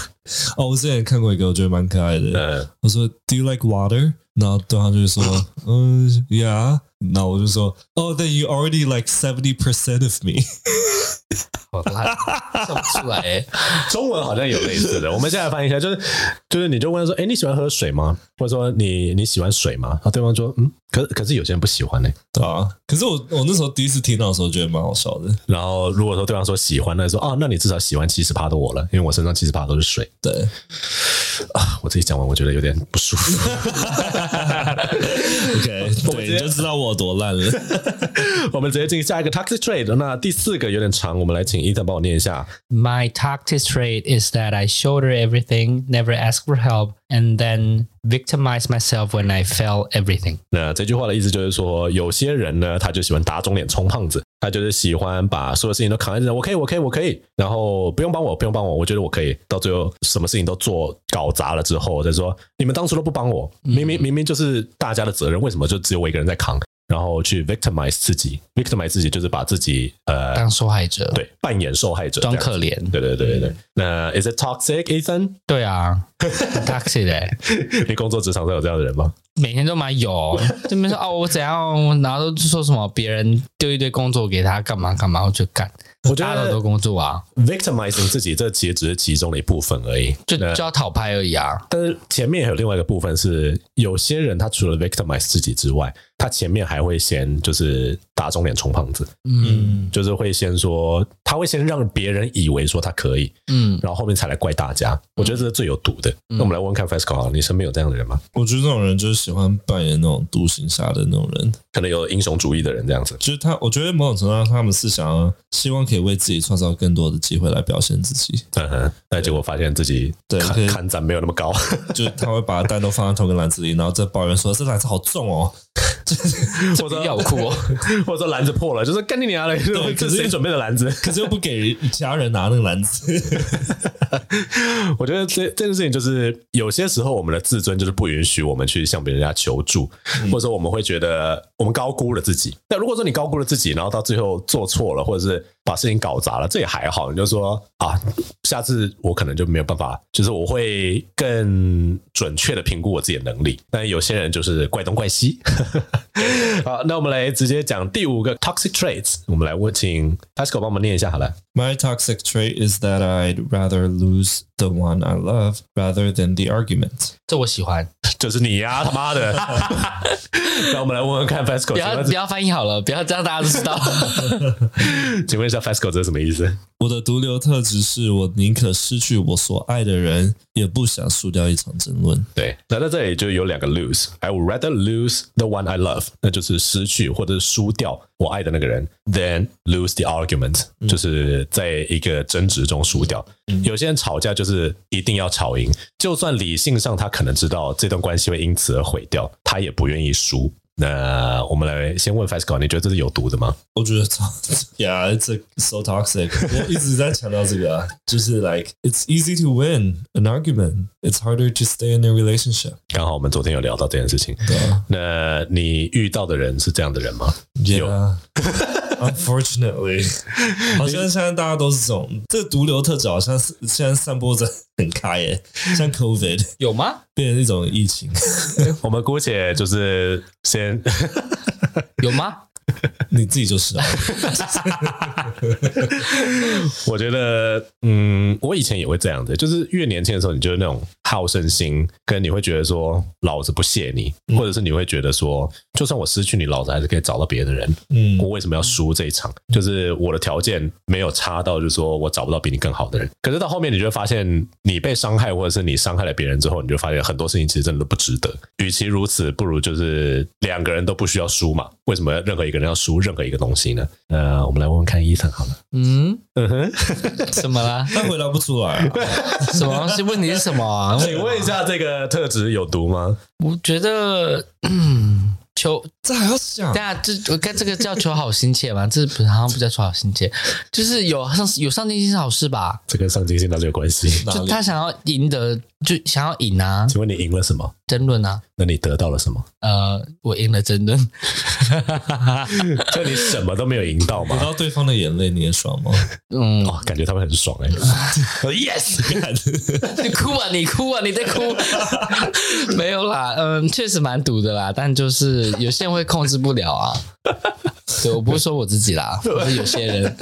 Speaker 1: 哦，我之前看过一个我觉得蛮可爱的，
Speaker 2: 呃
Speaker 3: 嗯，
Speaker 1: 我说 Do you like water？然后对方就会 说嗯 Yeah，那我就说 Oh then you already like seventy percent of me。
Speaker 2: 好烂，笑不出来、欸。
Speaker 3: 中文好像有类似的，我们现在翻译一下，就是就是你就问他说，哎、你喜欢喝水吗？或者说你你喜欢水吗？然后对方说，嗯，可可是有些人不喜欢呢、
Speaker 1: 对啊，可是我我那时候第一次听到的时候觉得蛮好笑的，
Speaker 3: 然后如果说对方说喜欢，那就说啊，那你至少喜欢七十趴的我了，因为我身上七十趴都是水
Speaker 1: 对，
Speaker 3: 啊。我自己讲完，我觉得有点不舒服。
Speaker 1: OK，
Speaker 3: 我们之
Speaker 1: 你就知道我有多烂了。
Speaker 3: 我们直接进下一个 toxic trade。那第四个有点长，我们来请伊藤帮我念一下。
Speaker 4: My tactic trait is that I shoulder everything, never ask for help, and then victimize myself when I fail everything.
Speaker 3: 那这句话的意思就是说，有些人呢，他就喜欢打肿脸充胖子，他就是喜欢把所有事情都扛在身上，我可以，我可以，我可以，然后不用帮我，不用帮我，我觉得我可以。到最后，什么事情都做搞砸了之后，再说你们当初都不帮我，
Speaker 2: 嗯
Speaker 3: 明明明明就是大家的责任，为什么就只有我一个人在扛？然后去 victimize 自己，victimize 自己就是把自己呃，
Speaker 2: 当受害者，
Speaker 3: 对，扮演受害者，
Speaker 2: 装
Speaker 3: 这样
Speaker 2: 可
Speaker 3: 子。
Speaker 2: 怜。
Speaker 3: 对对对对对。那 is it toxic, Ethan？
Speaker 2: 对啊，taxi 的、
Speaker 3: 你工作职场上有这样的人吗？
Speaker 2: 每天都买有，这边说哦，我怎样，然后都说什么别人丢一堆工作给他干嘛干嘛，我就干，
Speaker 3: 我觉
Speaker 2: 大家都有
Speaker 3: 得
Speaker 2: 很多工作啊，
Speaker 3: victimizing 自己，这其实只是其中的一部分而已。
Speaker 2: 就
Speaker 3: 那
Speaker 2: 就要讨拍而已啊。
Speaker 3: 但是前面还有另外一个部分是，有些人他除了 victimize 自己之外，他前面还会先就是打肿脸充胖子，
Speaker 1: 嗯，
Speaker 3: 就是会先说他会先让别人以为说他可以，
Speaker 2: 嗯，
Speaker 3: 然后后面才来怪大家。我觉得这是最有毒的。
Speaker 1: 嗯
Speaker 3: 那我们来问问看 FESCO 啊，你身边有这样的人吗？
Speaker 1: 我觉得这种人就是喜欢扮演那种独行侠的那种人，
Speaker 3: 可能有英雄主义的人这样子。
Speaker 1: 就是他，我觉得某种程度上他们是想要希望可以为自己创造更多的机会来表现自己，
Speaker 3: 嗯哼，但结果发现自己
Speaker 1: 对
Speaker 3: 看
Speaker 1: 可以
Speaker 3: 看展没有那么高，
Speaker 1: 就是他会把蛋都放在同一个篮子里，然后再抱怨说这篮子好重哦。
Speaker 2: 这比较有酷 哦。
Speaker 3: 或者说篮子破了，就是干你娘嘞！
Speaker 1: 对 可
Speaker 3: 这是
Speaker 1: 是
Speaker 3: 谁准备的篮子？
Speaker 1: 可是又不给其他人拿那个篮子，
Speaker 3: 我觉得这这件事情就是有些时候我们的自尊就是不允许我们去向别人家求助，或者说我们会觉得我们高估了自己。那如果说你高估了自己，然后到最后做错了，或者是把事情搞砸了，这也还好，你就说啊，下次我可能就没有办法，就是我会更准确的评估我自己的能力。但有些人就是怪东怪西。 好，那我们来直接讲第五个 toxic traits，我们来问请 Pascal 帮我们念一下好了。
Speaker 1: My toxic trait is that I'd rather lose the one I love rather than the argument.
Speaker 2: 这我喜欢，
Speaker 3: 就是你呀、他妈的！ 那我们来问问看 FESCO，
Speaker 2: 不
Speaker 3: 请
Speaker 2: 要
Speaker 3: 问
Speaker 2: 不要翻译好了，不要这样大家都知 道。
Speaker 3: 请问一下 FESCO 这是什么意思？
Speaker 1: 我的毒瘤特质是我宁可失去我所爱的人，也不想输掉一场争论。
Speaker 3: 对，那在这里就有两个 lose。I would rather lose the one I love，那就是失去或者是输掉我爱的那个人，than lose the argument，、就是在一个争执中输掉。有些人吵架就是一定要吵赢，就算理性上他可能知道这段关系会因此而毁掉，他也不愿意输。那我们来先问 FESCO，你觉得这是有毒的吗？
Speaker 1: 我觉得超 ，Yeah, it's a, so toxic. 我一直在强调这个啊，就是 like it's easy to win an argument, it's harder to stay in a relationship.
Speaker 3: 刚好我们昨天有聊到这件事情。
Speaker 1: 对啊
Speaker 3: 那你遇到的人是这样的 人吗？
Speaker 1: Yeah, unfortunately，好像现在大家都是这种，这毒瘤特质好像是现在散播着很开耶，像 COVID
Speaker 2: 有吗？
Speaker 1: 变成一种疫情。
Speaker 3: 我们姑且就是先，
Speaker 2: 有吗？
Speaker 1: 你自己就是啊，
Speaker 3: 我觉得，嗯，我以前也会这样子，就是越年轻的时候，你就是那种好胜心，跟你会觉得说老子不屑你，
Speaker 1: 嗯
Speaker 3: 或者是你会觉得说，就算我失去你，老子还是可以找到别的人。
Speaker 1: 嗯
Speaker 3: 我为什么要输这一场？就是我的条件没有差到，就是说我找不到比你更好的人。可是到后面，你就会发现，你被伤害，或者是你伤害了别人之后，你就发现很多事情其实真的都不值得。与其如此，不如就是两个人都不需要输嘛？为什么任何一个人要输任何一个东西呢？呃，我们来问问看伊森好了。
Speaker 2: 嗯，
Speaker 3: 嗯哼，
Speaker 2: 什么啦？
Speaker 1: 但回答不出来、啊。
Speaker 2: 什么东西？问题是什么啊？
Speaker 3: 请问一下，这个特质有毒吗？
Speaker 2: 我觉得，嗯，求
Speaker 1: 这还要想
Speaker 2: 大？家啊这我看这个叫求好心切吗？这不好像不叫求好心切，就是有上有上进心是好事吧？
Speaker 3: 这跟上进心到底有关 系？
Speaker 1: 哪
Speaker 2: 就
Speaker 1: 里
Speaker 2: 他想要赢得，就想要赢啊，
Speaker 3: 请问你赢了什么？
Speaker 2: 争论啊。
Speaker 3: 那你得到了什 么？
Speaker 2: 呃，我赢了争论，
Speaker 3: 就你什么都没有赢到
Speaker 1: 得
Speaker 3: 嘛？
Speaker 1: 到对方的眼泪，你也爽吗？
Speaker 2: 嗯，
Speaker 3: 哦，感觉他们很爽哎、yes，
Speaker 2: 你哭啊，你哭啊，你在哭， 没有啦，嗯，确实蛮毒的啦，但就是有些人会控制不了啊。对，我不是说我自己啦，我是有些人，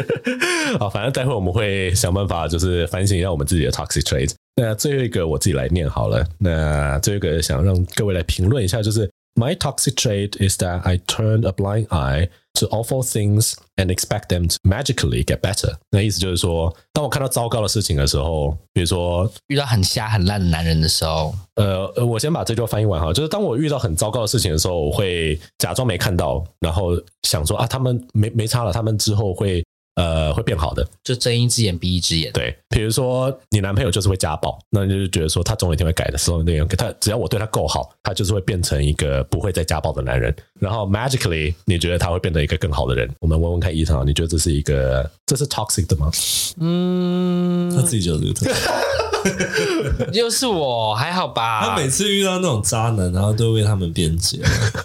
Speaker 3: 好，反正待会我们会想办法，就是反省一下我们自己的 toxic trait。那最后一个我自己来念好了。那最后一个想让各位来评论一下，就是 My toxic trait is that I turn a blind eye to awful things and expect them to magically get better。那意思就是说，当我看到糟糕的事情的时候，比如说
Speaker 2: 遇到很瞎很烂的男人的时候，
Speaker 3: 呃，呃我先把这句话翻译完哈，就是当我遇到很糟糕的事情的时候，我会假装没看到，然后想说啊，他们没没差了，他们之后会呃会变好的。
Speaker 2: 就睁一只眼闭一只眼。
Speaker 3: 对，比如说你男朋友就是会家暴，那你就是觉得说他总有一天会改的时候，那样他只要我对他够好，他就是会变成一个不会再家暴的男人。然后 magically，你觉得他会变成一个更好的人？我们问问看，伊藤，啊你觉得这是一个这是 toxic 的吗？
Speaker 1: 他
Speaker 2: 嗯，
Speaker 1: 自己就是这个特质。
Speaker 2: 又是我，还好
Speaker 1: 他
Speaker 2: 吧？
Speaker 1: 每次遇到那种渣男，然后都为他们辩解。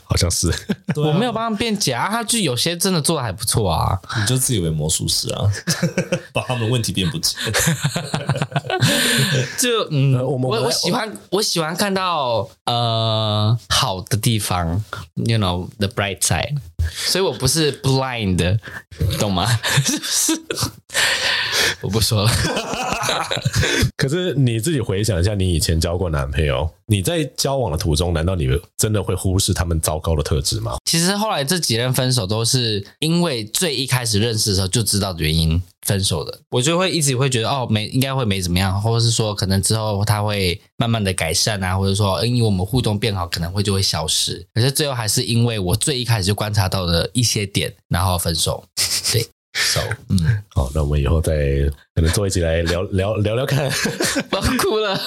Speaker 3: 好像是。
Speaker 1: 对啊
Speaker 2: 我没有，帮他们辩解啊，他就有些真的做的还不错啊。
Speaker 1: 你就自以为魔术师啊， 把他们问题辩不解。
Speaker 2: 就嗯，
Speaker 3: 呃我们
Speaker 2: 我
Speaker 3: 我
Speaker 2: 我喜欢我喜欢看到呃好的地方，you know the bright side，所以我不是 blind，的懂吗？ 是不是？我不说了，
Speaker 3: 可是你自己回想一下，你以前交过男朋友，你在交往的途中，难道你真的会忽视他们糟糕的特质吗？
Speaker 2: 其实后来这几任分手都是因为最一开始认识的时候就知道原因分手的，我就会一直会觉得哦没应该会没怎么样，或者是说可能之后他会慢慢的改善啊，或者说呃因为我们互动变好，可能会就会消失。可是最后还是因为我最一开始就观察到的一些点，然后分手。对，so 嗯，
Speaker 3: 好，那我们以后再可能做一起来聊聊聊聊看。
Speaker 2: 我要哭 了。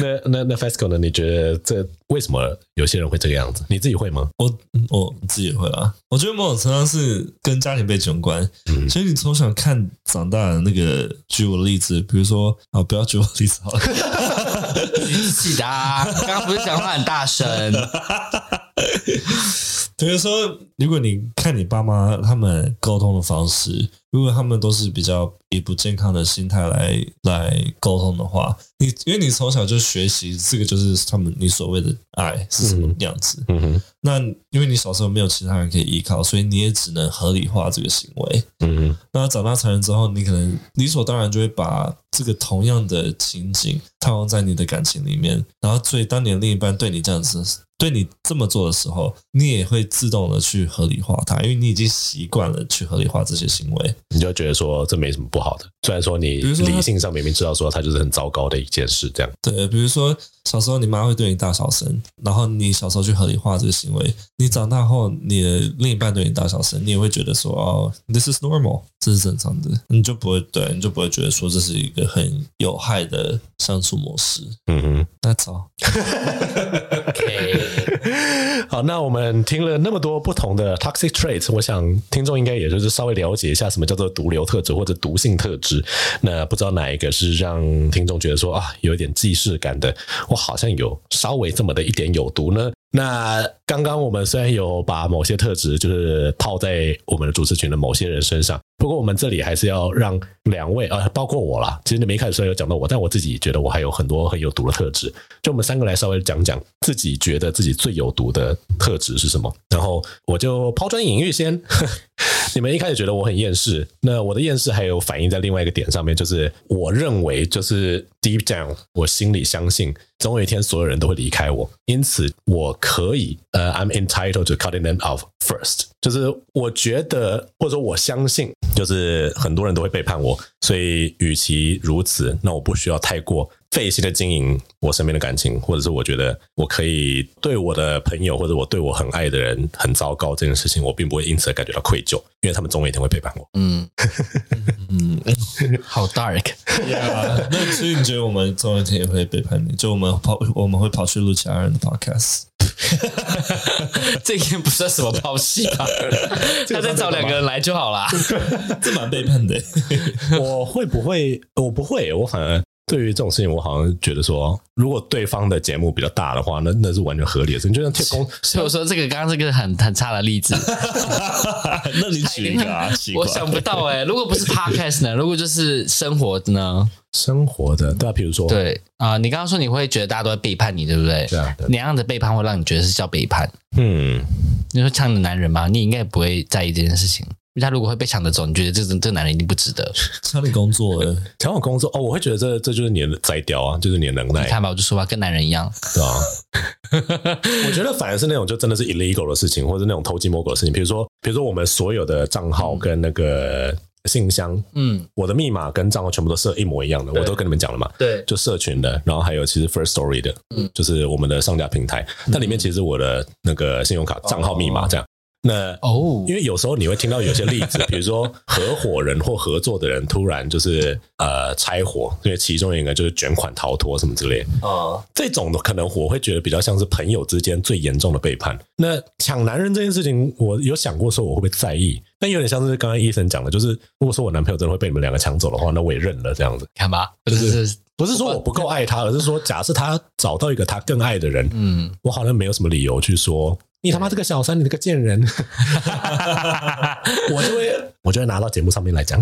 Speaker 3: 那那那 Fasco 呢？你觉得这为什么有些人会这个样子？你自己会吗？
Speaker 1: 我我自己也会啊，我觉得某种程度上是跟家庭背景有关。
Speaker 3: 嗯
Speaker 1: 所以你从小看长大的那个，举我的例子，比如说啊，不要举我的例子好了。
Speaker 2: 自己的啊，刚刚不是讲话很大声，
Speaker 1: 比如说，如果你看你爸妈他们沟通的方式，如果他们都是比较以不健康的心态来来沟通的话，你因为你从小就学习这个，就是他们你所谓的爱是什么样子。
Speaker 3: 嗯哼，
Speaker 1: 那因为你小时候没有其他人可以依靠，所以你也只能合理化这个行为。
Speaker 3: 嗯哼，
Speaker 1: 那长大成人之后，你可能理所当然就会把这个同样的情景套用在你的感情里面，然后所以当你的另一半对你这样子、对你这么做的时候，你也会自动的去合理化它，因为你已经习惯了去合理化这些行为。
Speaker 3: 你就觉得说这没什么不好的。虽然说你
Speaker 1: 比如说他
Speaker 3: 理性上明明知道说它就是很糟糕的一件事，这样。
Speaker 1: 对，比如说小时候你妈会对你大小声，然后你小时候去合理化这个行为，你长大后你的另一半对你大小声，你也会觉得说哦，this is normal，这是正常的，你就不会对，你就不会觉得说这是一个很有害的相处模式。
Speaker 3: 嗯哼。
Speaker 1: That's all。
Speaker 3: 好，那我们听了那么多不同的 toxic traits，我想听众应该也就是稍微了解一下什么叫做毒瘤特质或者毒性特质。那不知道哪一个是让听众觉得说啊，有一点既视感的，我好像有稍微这么的一点有毒呢？那刚刚我们虽然有把某些特质就是套在我们的主持群的某些人身上，不过我们这里还是要让两位啊、呃包括我啦，其实你们一开始虽然有讲到我，但我自己觉得我还有很多很有毒的特质。就我们三个来稍微讲讲自己觉得自己最有毒的特质是什么。然后我就抛砖引玉先。 你们一开始觉得我很厌世，那我的厌世还有反映在另外一个点上面，就是我认为就是 deep down，我心里相信总有一天所有人都会离开我，因此我可以呃、i m entitled to cutting them off first，就是我觉得或者说我相信，就是很多人都会背叛我，所以与其如此，那我不需要太过费心的经营我身边的感情，或者是我觉得我可以对我的朋友或者我对我很爱的人很糟糕这件事情，我并不会因此而感觉到愧疚，因为他们总有一天会背叛我。
Speaker 2: 嗯嗯，好 dark，
Speaker 1: Yeah，那所以你觉得我们总有一天也会背叛你？就我们跑，我们会跑去录其他人的 podcast。
Speaker 2: 这应该不算什么抛弃吧？他再找两个人来就好啦。
Speaker 1: 这蛮背叛的。
Speaker 3: 我会不会？我不会，我反而。对于这种事情，我好像觉得说，如果对方的节目比较大的话，那那是完全合理的事情。就像天公，
Speaker 2: 所以我说这个刚刚这个很很差的例子，
Speaker 1: 那你举一个啊，奇怪
Speaker 2: 我想不到哎、如果不是 podcast 呢？如果就是生活呢？
Speaker 3: 生活的，对啊，比如说，
Speaker 2: 对啊、你刚刚说你会觉得大家都在背叛你，对不对？
Speaker 3: 对啊对啊
Speaker 2: 哪样的背叛会让你觉得是叫背叛？
Speaker 3: 嗯，
Speaker 2: 你说抢你的男人嘛，你应该也不会在意这件事情。因为他如果会被抢着走，你觉得这这这男人一定不值得？
Speaker 1: 抢你工作了，
Speaker 3: 想我工作哦，我会觉得这这就是你的摘掉啊，就是你的能
Speaker 2: 你
Speaker 3: 耐，
Speaker 2: 看吧，我就说吧，跟男人一样，
Speaker 3: 对 啊。我觉得反而是那种就真的是 illegal 的事情，或者那种偷鸡摸狗的事情，比如说比如说我们所有的账号跟那个信箱，
Speaker 2: 嗯，
Speaker 3: 我的密码跟账号全部都设一模一样的，我都跟你们讲了嘛。
Speaker 2: 对，
Speaker 3: 就社群的，然后还有其实 First Story 的，
Speaker 2: 嗯
Speaker 3: 就是我们的上架平台，那里面其实我的那个信用卡账号密码这样。那
Speaker 2: 哦
Speaker 3: 因为有时候你会听到有些例子，比如说合伙人或合作的人突然就是呃拆伙，因为其中一个就是卷款逃脱什么之类的，
Speaker 1: 啊，
Speaker 3: 这种的可能我会觉得比较像是朋友之间最严重的背叛。那抢男人这件事情，我有想过说我会不会在意，但有点像是刚刚医生讲的，就是如果说我男朋友真的会被你们两个抢走的话，那我也认了这样子。
Speaker 2: 看吧，就是
Speaker 3: 不是说我不够爱他，而是说假设他找到一个他更爱的人，
Speaker 2: 嗯，
Speaker 3: 我好像没有什么理由去说你他妈这个小三，你这个贱 人，我就会我就会拿到节目上面来讲。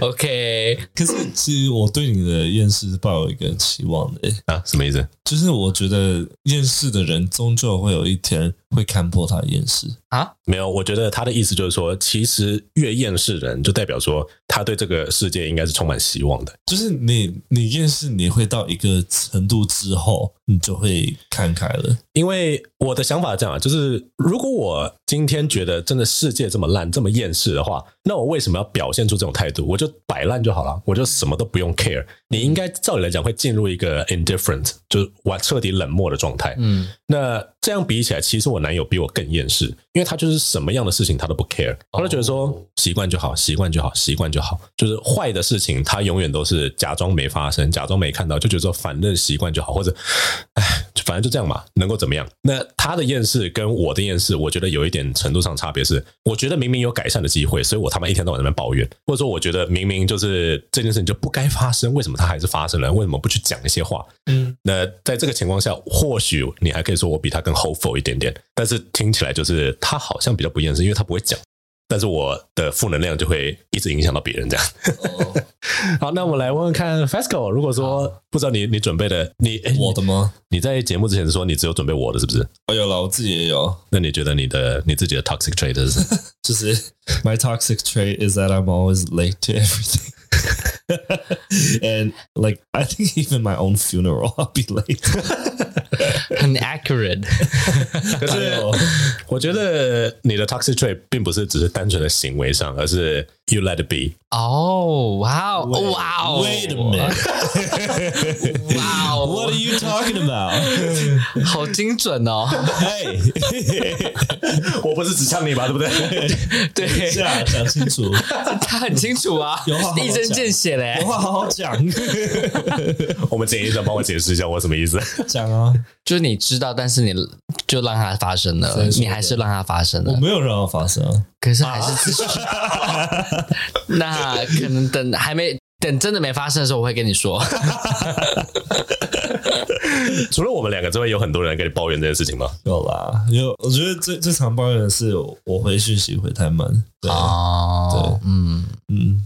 Speaker 2: OK，
Speaker 1: 可是其实我对你的厌世是抱有一个期望的、
Speaker 3: 啊，什么意思？
Speaker 1: 就是我觉得厌世的人终究会有一天会看破他的厌世。
Speaker 2: 啊
Speaker 3: 没有，我觉得他的意思就是说，其实越厌世人，就代表说他对这个世界应该是充满希望的。
Speaker 1: 就是你你厌世，你会到一个程度之后，你就会看开了。
Speaker 3: 因为我的想法是这样啊，就是如果我今天觉得真的世界这么烂，这么厌世的话，那我为什么要表现出这种态度？我就摆烂就好了，我就什么都不用 care。你应该照理来讲会进入一个 indifferent，就是我彻底冷漠的状态。
Speaker 2: 嗯，
Speaker 3: 那这样比起来，其实我男友比我更厌世，因为他就是什么样的事情他都不 care，他就觉得说习惯就好，习惯就好，习惯就好，就是坏的事情他永远都是假装没发生，假装没看到，就觉得说反正习惯就好，或者唉，就反正就这样嘛，能够怎么样？那他的厌世跟我的厌世，我觉得有一点程度上差别是，我觉得明明有改善的机会，所以我他妈一天到晚在那边抱怨，或者说我觉得明明就是这件事情就不该发生，为什么它还是发生了？为什么不去讲一些话？那在这个情况下，或许你还可以说我比他更 hopeful 一点点，但是听起来就是他好像比较不厌世，因为他不会讲。但是我的负能量就会一直影响到别人，这样。哦 好，那我们来问问看 Fasco，如果说不知道你你准备的你诶
Speaker 1: 我的吗？
Speaker 3: 你在节目之前说你只有准备我的是不是？
Speaker 1: 哦，有了，我自己也有。
Speaker 3: 那你觉得你的你自己的 toxic trait 是 什么？
Speaker 1: 就是 my toxic trait is that I'm always late to everything. and like I think even my own funeral I'll be late.
Speaker 2: 很 accurate，
Speaker 3: 可是 我觉得你的 toxic trait 并不是只是单纯的行为上，而是 you let it be。
Speaker 2: 哦，哇哦，哇哦
Speaker 1: Wait a minute.
Speaker 2: 哇哦
Speaker 1: What are you talking about?
Speaker 2: 好精准 哦，
Speaker 1: Hey,
Speaker 3: 我不是指向你吧，对不对？
Speaker 2: 对，
Speaker 1: 啊讲清楚，有话好好讲。
Speaker 2: 他很清楚啊
Speaker 1: 有话好好，讲
Speaker 2: 一针见血嘞，
Speaker 3: 我们简医生帮我解释一下我什么意思。
Speaker 1: 啊
Speaker 2: 就是你知道，但是你就让它发生了
Speaker 1: 谁，说的
Speaker 2: 你还是让它发生了，
Speaker 1: 讲啊！我没有让它发生啊。
Speaker 2: 可是还是自己。 那可能等还没等真的没发生的时候，我会跟你说。
Speaker 3: 除了我们两个之外，有很多人跟你抱怨这件事情吗？
Speaker 1: 有啦，有。我觉得最最常抱怨的是我回讯息回太慢。对，啊
Speaker 2: 哦，嗯，
Speaker 1: 嗯，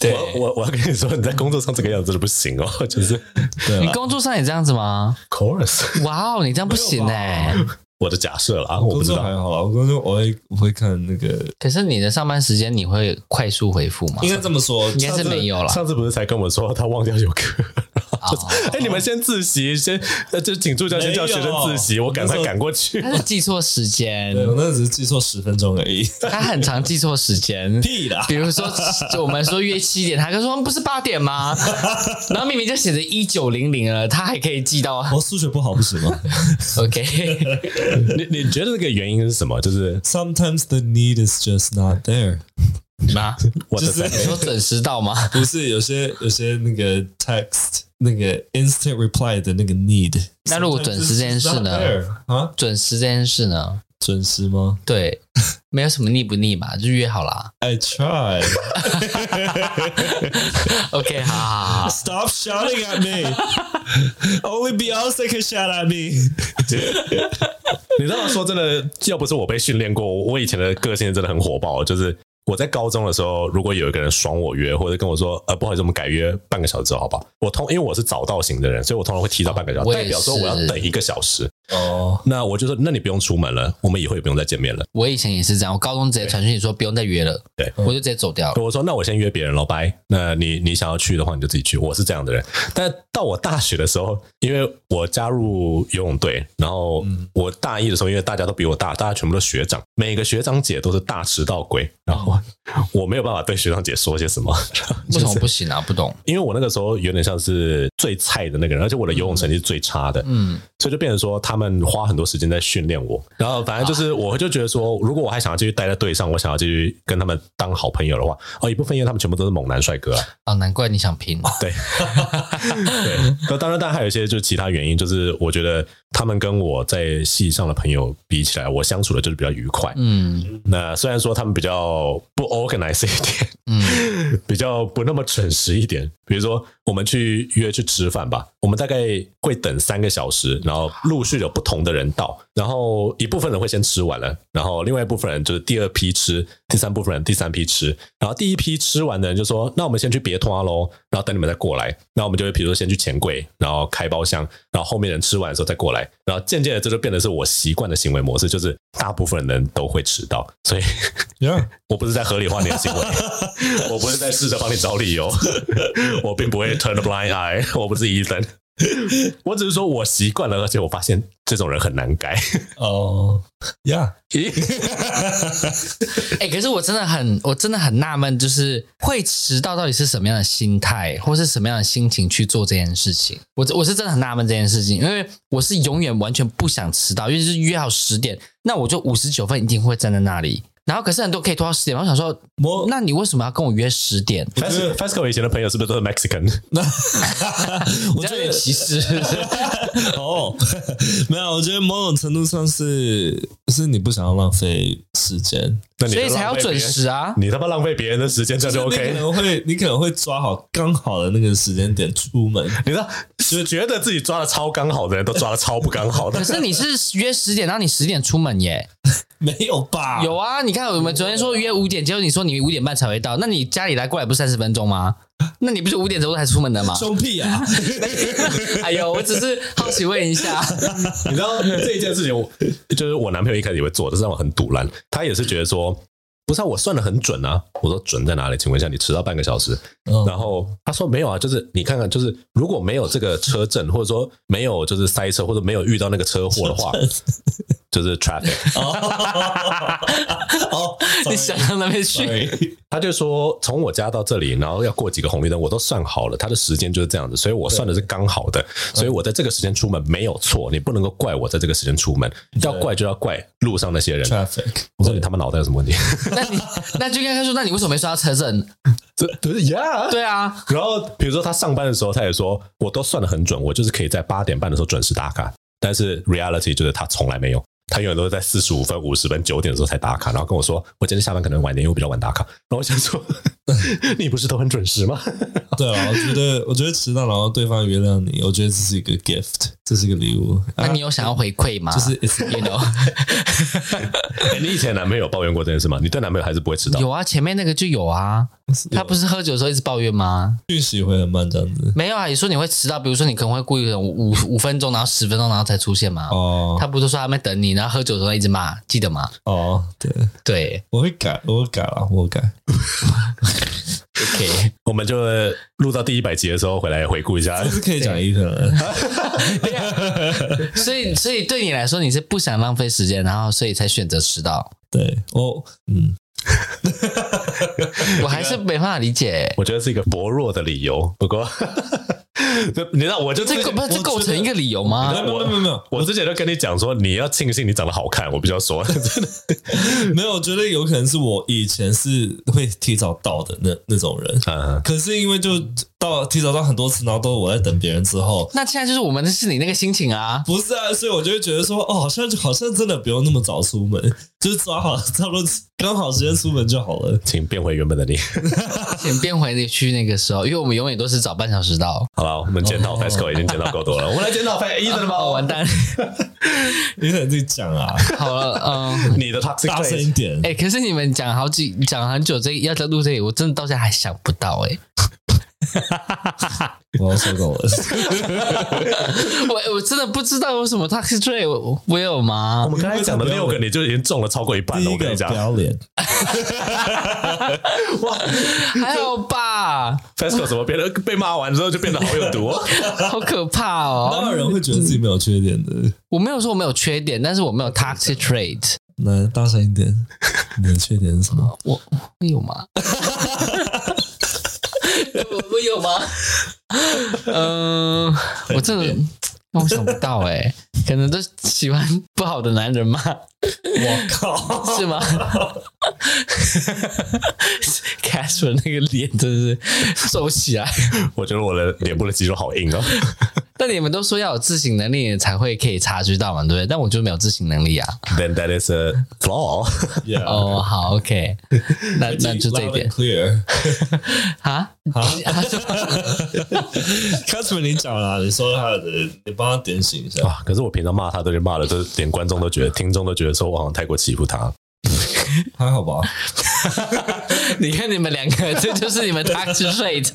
Speaker 2: 对。
Speaker 3: 我我我要跟你说，你在工作上这个样子真的不行哦， 就是
Speaker 1: 对
Speaker 2: 你
Speaker 1: 啦。
Speaker 2: 工作上也这样子吗？
Speaker 3: course
Speaker 2: 哇哦，你这样不行哎、
Speaker 3: 我的假设了啊，我
Speaker 1: 工
Speaker 3: 不知
Speaker 1: 作
Speaker 3: 道
Speaker 1: 还。好啦，我工作我会我会看那个，
Speaker 2: 可是你的上班时间你会快速回复吗？
Speaker 1: 应该这么说，
Speaker 2: 应该是没有啦。
Speaker 3: 上次不是才跟我说他忘掉有课，
Speaker 2: 哦
Speaker 3: 哎，你们先自习，先呃，就请助教先叫学生自习，
Speaker 1: 没有
Speaker 3: 我赶快赶过去。
Speaker 2: 他是记错时间，
Speaker 1: 对我那只是记错十分钟而已，
Speaker 2: 他很常记错时间。
Speaker 1: 屁啦！
Speaker 2: 比如说，我们说约七点，他就说不是八点吗？ 然后明明就写着一九零零了，他还可以记到。
Speaker 1: 我数学不好不行吗
Speaker 2: OK，
Speaker 3: 你你觉得这个原因是什么？就是
Speaker 1: ？Sometimes the need is just not there。
Speaker 2: 吗？
Speaker 3: 我
Speaker 1: 就
Speaker 3: 的
Speaker 1: 是
Speaker 3: 塞
Speaker 2: 你说准时到吗？
Speaker 1: 不是有些有些那个 text 那个 instant reply 的那个 need。
Speaker 2: 那如果准时这件事呢
Speaker 1: Sometimes it's not there 啊，
Speaker 2: 准时这件事呢？
Speaker 1: 准时吗
Speaker 2: 对，没有什么腻不腻嘛，就约好啦。
Speaker 1: ？I try.
Speaker 2: OK，好 好好好，
Speaker 1: Stop shouting at me. Only Beyonce can shout at me.
Speaker 3: 你知道，说真的，要不是我被训练过，我以前的个性真的很火爆。就是我在高中的时候，如果有一个人爽我约，或者跟我说，呃，不好意思，我们改约半个小时后好不好？我通因为我是早到型的人，所以我通常会提早半个小时，
Speaker 2: 哦我也
Speaker 3: 代表说我要
Speaker 2: 是
Speaker 3: 等一个小时。
Speaker 1: 哦，
Speaker 3: 那我就说，那你不用出门了，我们以后也不用再见面了。
Speaker 2: 我以前也是这样，我高中直接传讯息说不用再约了，
Speaker 3: 对
Speaker 2: 我就直接走掉了。
Speaker 3: 我说那我先约别人了，拜。那你你想要去的话，你就自己去。我是这样的人。但到我大学的时候，因为我加入游泳队，然后
Speaker 2: 嗯
Speaker 3: 我大一的时候，因为大家都比我大，大家全部都学长，每个学长姐都是大迟到鬼，然后 我没有办法对学长姐说些什么。
Speaker 2: 哦 为什么不行啊？不懂。
Speaker 3: 因为我那个时候有点像是最菜的那个人，而且我的游泳成绩是最差的，
Speaker 2: 嗯，
Speaker 3: 所以就变成说他们花很多时间在训练我。然后反正就是我就觉得说，如果我还想要继续待在队上，我想要继续跟他们当好朋友的话，哦，一部分因为他们全部都是猛男帅哥啊，
Speaker 2: 啊，难怪你想拼。
Speaker 3: 对，对。那当然，当然还有一些就是其他原因，就是我觉得他们跟我在戏上的朋友比起来，我相处的就是比较愉快。
Speaker 2: 嗯
Speaker 3: 那虽然说他们比较不 organize 一点，
Speaker 2: 嗯，
Speaker 3: 比较不那么准时一点。比如说，我们去约去吃饭吧，我们大概会等三个小时，然后陆续有不同的人到，然后一部分人会先吃完了，然后另外一部分人就是第二批吃，第三部分人第三批吃，然后第一批吃完的人就说：“那我们先去别拖喽，然后等你们再过来。”那我们就会比如说先去钱柜，然后开包厢，然后后面人吃完的时候再过来，然后渐渐的这就变得是我习惯的行为模式，就是大部分人都会迟到，所以
Speaker 1: yeah，
Speaker 3: 我不是在合理化你的行为， 我不是在试着帮你找理由，我并不会 turn a blind eye，我不是医生，我只是说我习惯了，而且我发现这种人很难改。
Speaker 1: 哦，yeah，
Speaker 2: 哎、可是我真的很，我真的很纳闷，就是会迟到到底是什么样的心态，或是什么样的心情去做这件事情？我我是真的很纳闷这件事情，因为我是永远完全不想迟到，因为就是约好十点，那我就五十九分一定会站在那里。然后可是很多可以拖到十点，我想说，
Speaker 1: 我
Speaker 2: 那你为什么要跟我约十点？
Speaker 3: Fasco Fasco 以前的朋友是不是都是 Mexican？
Speaker 1: 我觉
Speaker 2: 这样
Speaker 1: 得
Speaker 2: 有歧 视。
Speaker 1: 哦， 没有，我觉得某种程度上是是你不想要浪费时间，
Speaker 3: 那你就
Speaker 2: 所以才要
Speaker 3: 浪费别
Speaker 2: 准
Speaker 3: 人
Speaker 2: 时啊！
Speaker 3: 你他妈浪费别人的时间，这样就
Speaker 1: 你可
Speaker 3: OK。
Speaker 1: 能会你可能会抓好刚好的那个时间点出门，
Speaker 3: 你知道，就觉得自己抓的超刚好的人，都抓的超不刚好的
Speaker 2: 可。是你是约十点，然后你十点出门耶？
Speaker 1: 没有吧？
Speaker 2: 有啊，你看我们昨天说约五点，结果你说你五点半才会到，那你家里来过来不是三十分钟吗？那你不是五点钟才出门的 吗？
Speaker 1: 胸屁啊！
Speaker 2: 哎呦，我只是好奇问 一下，
Speaker 3: 你知道这一件事情我，就是我男朋友一开始也会做，但是让我很堵然。他也是觉得说，不是、啊、我算的很准啊。我说准在哪里？请问一下，你迟到半个小时，
Speaker 1: 嗯
Speaker 3: 然后他说没有啊，就是你看看，就是如果没有这个车震，或者说没有就是塞车，或者没有遇到那个车祸的话，就是 traffic。
Speaker 1: 哦，
Speaker 2: 你想到那边去？
Speaker 1: 对，
Speaker 3: 他就说从我家到这里，然后要过几个红绿灯，我都算好了，他的时间就是这样子，所以我算的是刚好的，所以我在这个时间出门没有错，你不能够怪我在这个时间出门，要怪就要怪路上那些 人。
Speaker 1: traffic，
Speaker 3: 我说你他妈脑袋有什么问题？
Speaker 2: 那你那就跟他说，那你为什么没刷车证？
Speaker 3: 这 对呀。
Speaker 2: 对啊，
Speaker 3: 然后比如说他上班的时候，他也说我都算的很准，我就是可以在八点半的时候准时打卡。但是 reality 就是他从来没有，他永远都是在四十五分、五十分、九点的时候才打卡，然后跟我说我今天下班可能晚点，因为我比较晚打卡。然后我想说， 你不是都很准时吗？
Speaker 1: 对啊，我觉得我觉得迟到，然后对方原谅你，我觉得这是一个 gift，这是一个礼物。
Speaker 2: 那你有想要回馈吗？
Speaker 1: 就是 it's
Speaker 2: you know，
Speaker 3: 哎 你以前男朋友抱怨过这件事吗？你对男朋友还是不会迟到？
Speaker 2: 有啊，前面那个就有啊，他不是喝酒的时候一直抱怨吗？
Speaker 1: 讯息会很慢这样子
Speaker 2: 没有啊，你说你会迟到，比如说你可能会故意等五五分钟，然后十分钟，然后才出现吗？
Speaker 1: 哦
Speaker 2: 他不是说他们等你，然后喝酒的时候一直骂，记得吗？
Speaker 1: 哦，对，
Speaker 2: 对
Speaker 1: 我会改，我会改了，我会改。
Speaker 2: ，OK，
Speaker 3: 我们就录到第一百集的时候回来回顾一 下
Speaker 1: 还。是可以讲一个人，
Speaker 2: 所以所以对你来说，你是不想浪费时间，然后所以才选择迟到，
Speaker 1: 对我，嗯，
Speaker 2: 我还是没办法理解。
Speaker 3: 我觉得是一个薄弱的理由，不过， 这你知道，我就
Speaker 2: 这个不是
Speaker 1: 我
Speaker 2: 这构
Speaker 1: 觉得
Speaker 2: 成一个理由
Speaker 1: 没
Speaker 2: 吗？
Speaker 1: 有没有没有没有
Speaker 3: 我之前就跟你讲说，你要庆幸你长得好看，我比较说， 真的
Speaker 1: 没有，我觉得有可能是我以前是会提早到的那那种人，
Speaker 3: 嗯，
Speaker 1: 可是因为就到提早到很多次，然后都我在等别人之后，
Speaker 2: 那现在就是我们是你那个心情啊，
Speaker 1: 不是啊，所以我就会觉得说，哦，好像就好像真的不用那么早出门，就是抓好 差不多刚好时间出门就好了。
Speaker 3: 请变回原本的你。
Speaker 2: 请变回去那个时候，因为我们永远都是早半小时到。
Speaker 3: 好了，我们检讨
Speaker 1: 哦
Speaker 3: FESCO 已经检讨够多了，我们来检讨 f e
Speaker 2: 真的吗？哦完蛋，
Speaker 1: 你可能自己讲啊，
Speaker 2: 好了，嗯。
Speaker 3: 你的 toxic
Speaker 1: 大声一
Speaker 3: trait
Speaker 1: 点。
Speaker 2: 哎、可是你们讲好几讲很久，这要在录这里，我真的到现在还想不到哎、
Speaker 1: 我要收工了。
Speaker 2: 我我真的不知道为什么 tax rate 我我有吗
Speaker 3: 我？们刚才讲的六个，你就已经中了超过一半
Speaker 1: 第
Speaker 3: 了。
Speaker 1: 一
Speaker 3: 我跟
Speaker 1: 个
Speaker 3: 你讲
Speaker 1: 不，要脸，
Speaker 2: 还好吧，
Speaker 3: Fesco 怎么变得被骂完之后就变得好有毒、 哦？
Speaker 2: 好可怕
Speaker 1: 当
Speaker 2: 哦！
Speaker 1: 然人会觉得自己没有缺点的。
Speaker 2: 我没有说我没有缺点，但是我没有 tax rate，
Speaker 1: 来，大声一点，你的缺点是什么？
Speaker 2: 我我有吗？ 我我 有吗？嗯、我真的让我想不到哎、可能都喜欢不好的男人嘛，
Speaker 1: 我靠！
Speaker 2: 是吗？Catherine 那个脸真的是收起来。
Speaker 3: 我觉得我的脸部的肌肉好硬哦。
Speaker 2: 但你们都说要有自省能力才会可以察觉到嘛，对不对？但我就没有自省能力啊。
Speaker 3: Then that is a flaw。
Speaker 2: 哦，好，OK，那那就这一
Speaker 1: Loud and
Speaker 2: 点
Speaker 1: clear。
Speaker 2: 啊。
Speaker 1: Catherine，你讲啦，你说他的，你帮他点醒一下。
Speaker 3: 啊！可是我平常骂他都是骂的，都是连观众都觉得、听众都觉得说我好像太过欺负他。
Speaker 1: 还好吧？
Speaker 2: 你看你们两个，这就是你们 tax rate。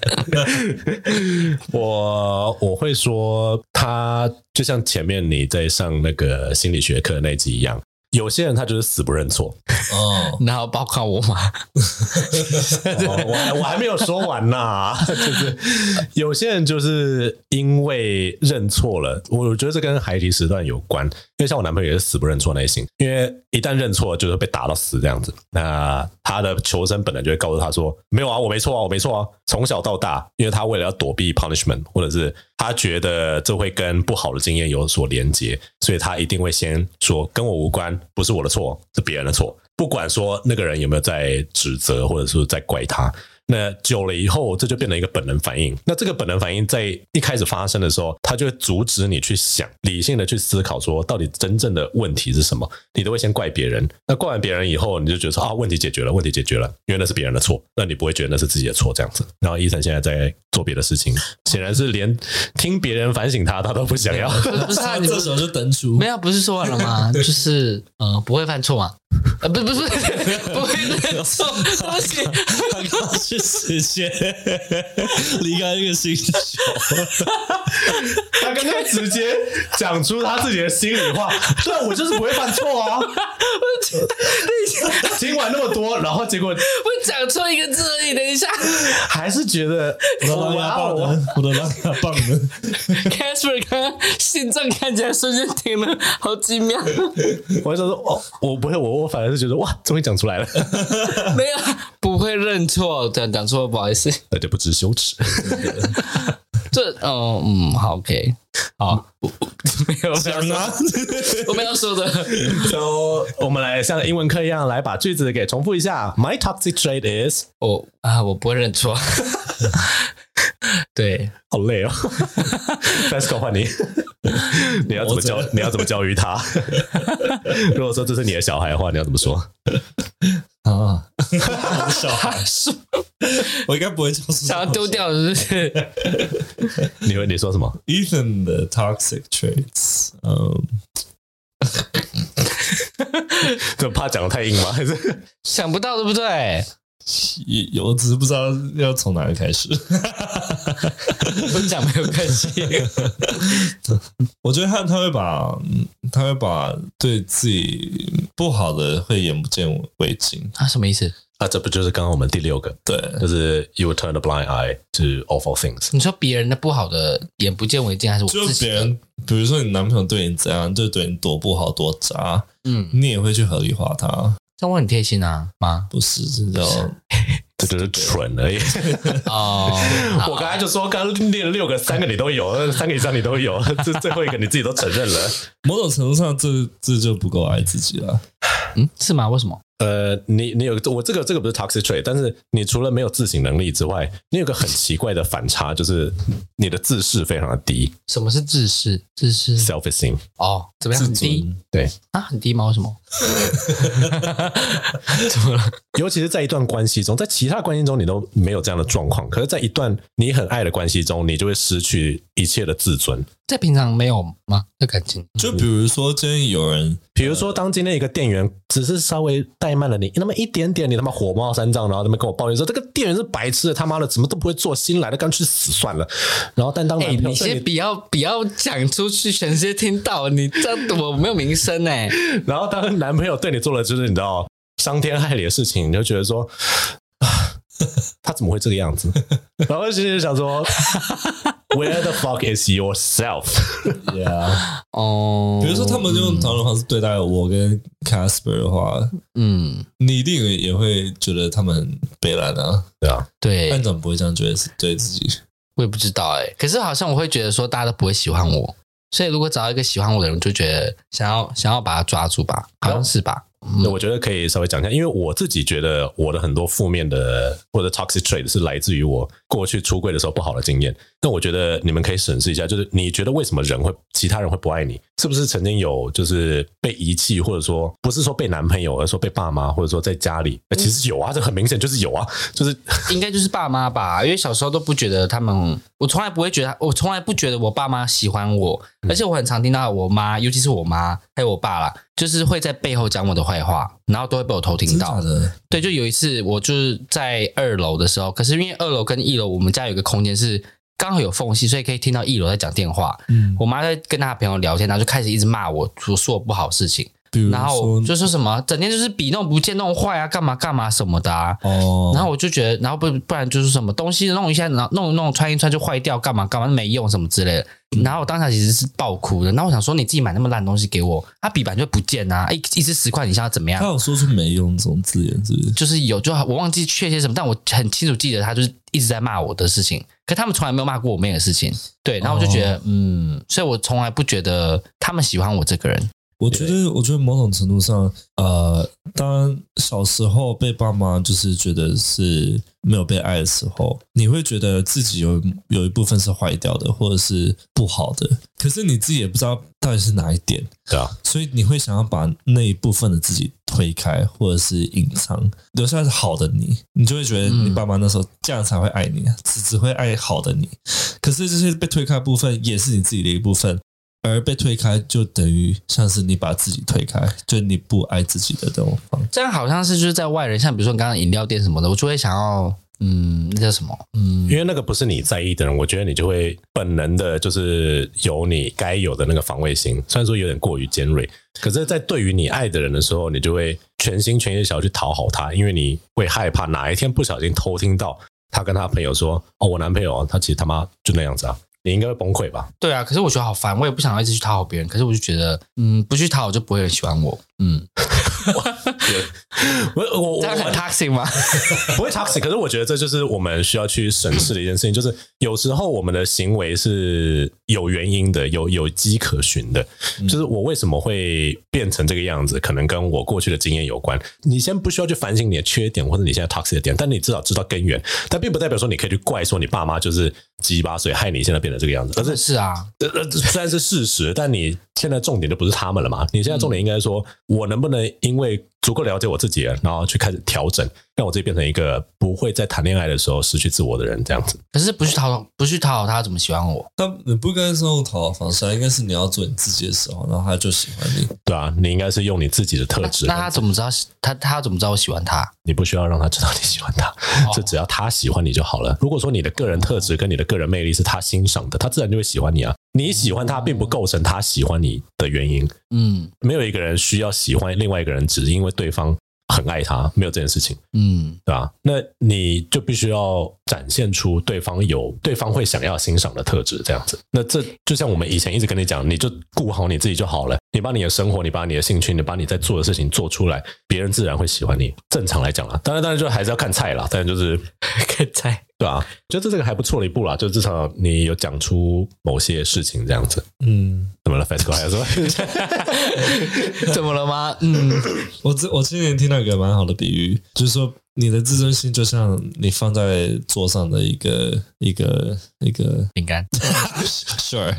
Speaker 3: 我我会说他就像前面你在上那个心理学课那集一样，有些人他就是死不认错。
Speaker 1: 哦，
Speaker 2: 然后包括我嘛，
Speaker 3: 哦我还我还没有说完呐、 就是有些人就是因为认错了，我觉得这跟孩提时段有关，因为像我男朋友也是死不认错类型，因为一旦认错就是被打到死这样子。那他的求生本能就会告诉他说：“没有啊，我没错啊，我没错啊。”从小到大，因为他为了要躲避 punishment，或者是他觉得这会跟不好的经验有所连接，所以他一定会先说：“跟我无关，不是我的错，是别人的错。”不管说那个人有没有在指责，或者是在怪他。那久了以后，这就变成一个本能反应。那这个本能反应在一开始发生的时候，它就会阻止你去想，理性的去思考，说到底真正的问题是什么。你都会先怪别人，那怪完别人以后，你就觉得说啊，问题解决了，问题解决了，因为那是别人的错，那你不会觉得那是自己的错这样子。然后伊森现在在做别的事情，显然是连听别人反省他，他都不想要。
Speaker 2: 不是不是啊，你不
Speaker 1: 这
Speaker 2: 是
Speaker 1: 时候就登出
Speaker 2: 没。有不是说完了 吗？就是呃，不会犯错嘛。呃，不是不是不是不会认错，对不起，
Speaker 1: 他刚刚去实现离开这个星球，
Speaker 3: 他刚刚直接讲出他自己的心里话，对啊我就是不会犯错啊。听完那么多，然后结果
Speaker 2: 我讲错一个字而已。等一下
Speaker 3: 还是觉 得
Speaker 1: 我的狼牙棒呢？我的狼牙棒呢？
Speaker 2: ，Casper 刚刚心脏看起来瞬间停了好几秒。
Speaker 3: 我就说哦，我不会，我我反而是觉得哇，终于讲出来了，
Speaker 2: 没有，不会认错，讲讲错了，不好意思。
Speaker 3: 那就不知羞耻。
Speaker 2: 这，嗯嗯，好，OK，好，我我没有没有
Speaker 1: 讲啊！
Speaker 2: 我没有说的，
Speaker 3: So，我 们来像英文课一样来把句子给重复一下。My toxic trait is
Speaker 2: 我啊，我不会认错。 对，
Speaker 3: 好累哦。Fasco 换你， 你要怎么教
Speaker 1: 我？
Speaker 3: 你要怎么教育他？ 如果说这是你的小孩的话，你要怎么说？
Speaker 2: 哦
Speaker 1: 啊，小孩，
Speaker 2: 是
Speaker 1: 我应该不会叫出
Speaker 2: 想要丢掉是不是？
Speaker 3: 你会你说什么？
Speaker 1: Ethan 的 toxic traits。嗯，
Speaker 3: 就怕讲的太硬吗？还是
Speaker 2: 想不到对不对？
Speaker 1: 也我只是不知道要从哪里开始。
Speaker 2: 不讲没有关系。
Speaker 1: 我觉得他他会把嗯他会把对自己不好的会眼不见为净。
Speaker 2: 啊，什么意思？
Speaker 3: 啊？这不就是刚刚我们第六个？
Speaker 1: 对，
Speaker 3: 就是 you turn a blind eye to awful things。
Speaker 2: 你说别人的不好的眼不见为净，还是我
Speaker 1: 就
Speaker 2: 自己
Speaker 1: 别
Speaker 2: 的？
Speaker 1: 人，比如说你男朋友对你怎样，就对你多不好多渣，
Speaker 2: 嗯，
Speaker 1: 你也会去合理化他，
Speaker 2: 但我很贴心啊，妈
Speaker 1: 不是这叫
Speaker 3: 这就是蠢而已。
Speaker 2: 哦，
Speaker 3: 我刚才就说，刚刚列了六个，三个你都有，三个以上你都有， 这最后一个你自己都承认了。
Speaker 1: 某种程度上这这就不够爱自己了。
Speaker 2: 嗯，是吗？为什么？
Speaker 3: 呃，你你有我这个这个不是 toxic trait，但是你除了没有自省能力之外，你有个很奇怪的反差，就是你的自视非常的低
Speaker 2: 什么是自私？自私
Speaker 3: ，self esteem。
Speaker 2: 哦，怎么样？很低
Speaker 3: 对，
Speaker 2: 啊，很低吗？为什么？
Speaker 3: 尤其是在一段关系中，在其他关系中你都没有这样的状况，可是，在一段你很爱的关系中，你就会失去一切的自尊。
Speaker 2: 在平常没有吗？在感情
Speaker 1: 就比如说今天有人
Speaker 3: 比如说，当今天一个店员只是稍微带怠慢了你那么一点点，你他妈火冒三丈，然后他们跟我抱怨说这个店员是白痴的，他妈的怎么都不会做，新来的干脆去死算了。然后但当
Speaker 2: 哎、
Speaker 3: 男
Speaker 1: 啊
Speaker 2: 你
Speaker 3: 朋友对
Speaker 2: 先
Speaker 3: 你
Speaker 2: 不要不要讲出去，全世界听到，你这样我没有名声哎、
Speaker 3: 然后当男朋友对你做了就是你知道伤天害理的事情，你就觉得说，啊 他怎么会这个 样子？然后其实想说，Where the fuck is yourself？
Speaker 1: Yeah，
Speaker 2: 哦，
Speaker 1: 比如说他们用同样的方式对待我跟 Casper 的话，
Speaker 2: 嗯，
Speaker 1: 你一定也会觉得他们很北蓝啊。
Speaker 3: 对啊，
Speaker 2: 对，
Speaker 1: 但怎么不会这样觉得是对自己？
Speaker 2: 我也不知道哎、可是好像我会觉得说大家都不会喜欢我，所以如果找到一个喜欢我的人，我就觉得想要想要把他抓住吧，好像是吧？
Speaker 3: 那我觉得可以稍微讲一下，因为我自己觉得我的很多负面的或者 toxic trait 是来自于我过去出柜的时候不好的经验。那我觉得你们可以审视一下，就是你觉得为什么人会其他人会不爱你？是不是曾经有就是被遗弃，或者说不是说被男朋友，而是说被爸妈，或者说在家里？呃其实有啊，这很明显就是有啊，就是
Speaker 2: 应该就是爸妈吧，因为小时候都不觉得他们，我从来不会觉得，我从来不觉得我爸妈喜欢我，而且我很常听到我妈，尤其是我妈还有我爸啦，就是会在背后讲我的坏话，然后都会被我偷听
Speaker 1: 真
Speaker 2: 到
Speaker 1: 的假。的？
Speaker 2: 对，就有一次我就是在二楼的时候，可是因为二楼跟一楼我们家有一个空间是刚好有缝隙，所以可以听到一楼在讲电话。
Speaker 1: 嗯
Speaker 2: 我妈在跟她朋友聊天，然后就开始一直骂我，说说我不好的事情，
Speaker 1: 比如
Speaker 2: 然后
Speaker 1: 说
Speaker 2: 就说什么整天就是比弄不见弄坏啊，干嘛干嘛什么的啊。
Speaker 1: 哦，
Speaker 2: 然后我就觉得，然后不不然就是什么东西弄一下，然后弄一弄穿一穿就坏掉，干嘛干嘛没用什么之类的。
Speaker 1: 嗯
Speaker 2: 然后我当下其实是爆哭的。然后我想说，你自己买那么烂东西给我，它笔板就不见啊，一一支十块，你想要怎么样
Speaker 1: 他？有说出没用这种字眼，是不是？
Speaker 2: 就是有，就好我忘记确切什么，但我很清楚记得他就是一直在骂我的事情，可他们从来没有骂过我妹的事情。对，然后我就觉
Speaker 3: 哦
Speaker 2: 得，嗯，所以我从来不觉得他们喜欢我这个人。
Speaker 1: 我觉得，我觉得某种程度上，呃，当小时候被爸妈就是觉得是没有被爱的时候，你会觉得自己有有一部分是坏掉的，或者是不好的，可是你自己也不知道到底是哪一点，
Speaker 3: 对啊，
Speaker 1: 所以你会想要把那一部分的自己推开，或者是隐藏，留下是好的你，你就会觉得你爸妈那时候这样才会爱你，啊只只会爱好的你。可是这些被推开的部分也是你自己的一部分，而被推开就等于像是你把自己推开，就你不爱自己的这种方式。
Speaker 2: 这样好像是就是在外人，像比如说你刚刚饮料店什么的，我就会想要，嗯，那叫什么？嗯，
Speaker 3: 因为那个不是你在意的人，我觉得你就会本能的，就是有你该有的那个防卫心。虽然说有点过于尖锐，可是，在对于你爱的人的时候，你就会全心全意地想要去讨好他，因为你会害怕哪一天不小心偷听到他跟他朋友说：“哦，我男朋友他其实他妈就那样子啊。”你应该会崩溃吧？
Speaker 2: 对啊，可是我觉得好烦，我也不想要一直去讨好别人，可是我就觉得，嗯，不去讨好就不会有人喜欢我，嗯，
Speaker 3: 我我我
Speaker 2: 这样很 toxic 吗？
Speaker 3: 不会 toxic，可是我觉得这就是我们需要去审视的一件事情，就是有时候我们的行为是有原因的，有有迹可循的。就是我为什么会变成这个样子，可能跟我过去的经验有关。你先不需要去反省你的缺点或者你现在 toxic 的点，但你至少知道根源。但并不代表说你可以去怪说你爸妈就是鸡巴，所以害你现在变成这个样子，而是
Speaker 2: 是啊，
Speaker 3: 呃，呃虽然是事实，但你现在重点就不是他们了嘛？你现在重点应该说，
Speaker 2: 嗯
Speaker 3: 我能不能因为足够了解我自己了，然后去开始调整，让我自己变成一个不会在谈恋爱的时候失去自我的人，这样子。
Speaker 2: 可是不去讨好，不去讨好他怎么喜欢我？
Speaker 1: 但你不应该是用讨好方式啊，应该是你要做你自己的时候，然后他就喜欢你。
Speaker 3: 对啊，你应该是用你自己的特质，啊
Speaker 2: 那他怎么知道他他怎么知道我喜欢他？
Speaker 3: 你不需要让他知道你喜欢他，
Speaker 2: 哦
Speaker 3: 这只要他喜欢你就好了。如果说你的个人特质跟你的个人魅力是他欣赏的，他自然就会喜欢你啊。你喜欢他，并不构成他喜欢你的原因。
Speaker 2: 嗯
Speaker 3: 没有一个人需要喜欢另外一个人，只是因为对方很爱他，没有这件事情。
Speaker 2: 嗯
Speaker 3: 对吧？那你就必须要展现出对方有对方会想要欣赏的特质，这样子。那这就像我们以前一直跟你讲，你就顾好你自己就好了。你把你的生活，你把你的兴趣，你把你在做的事情做出来，别人自然会喜欢你。正常来讲啊啦，当然当然就还是要看菜啦，当然就是
Speaker 2: 看菜。
Speaker 3: 对吧、觉得这个还不错的一步啦，就至少你有讲出某些事情这样子。
Speaker 1: 嗯，
Speaker 3: 怎么了，Fat 哥还有说
Speaker 2: 怎么了吗？嗯，
Speaker 1: 我之我今年听到一个蛮好的比喻，就是说你的自尊心就像你放在桌上的一个一个一个
Speaker 2: 饼干。
Speaker 1: sure，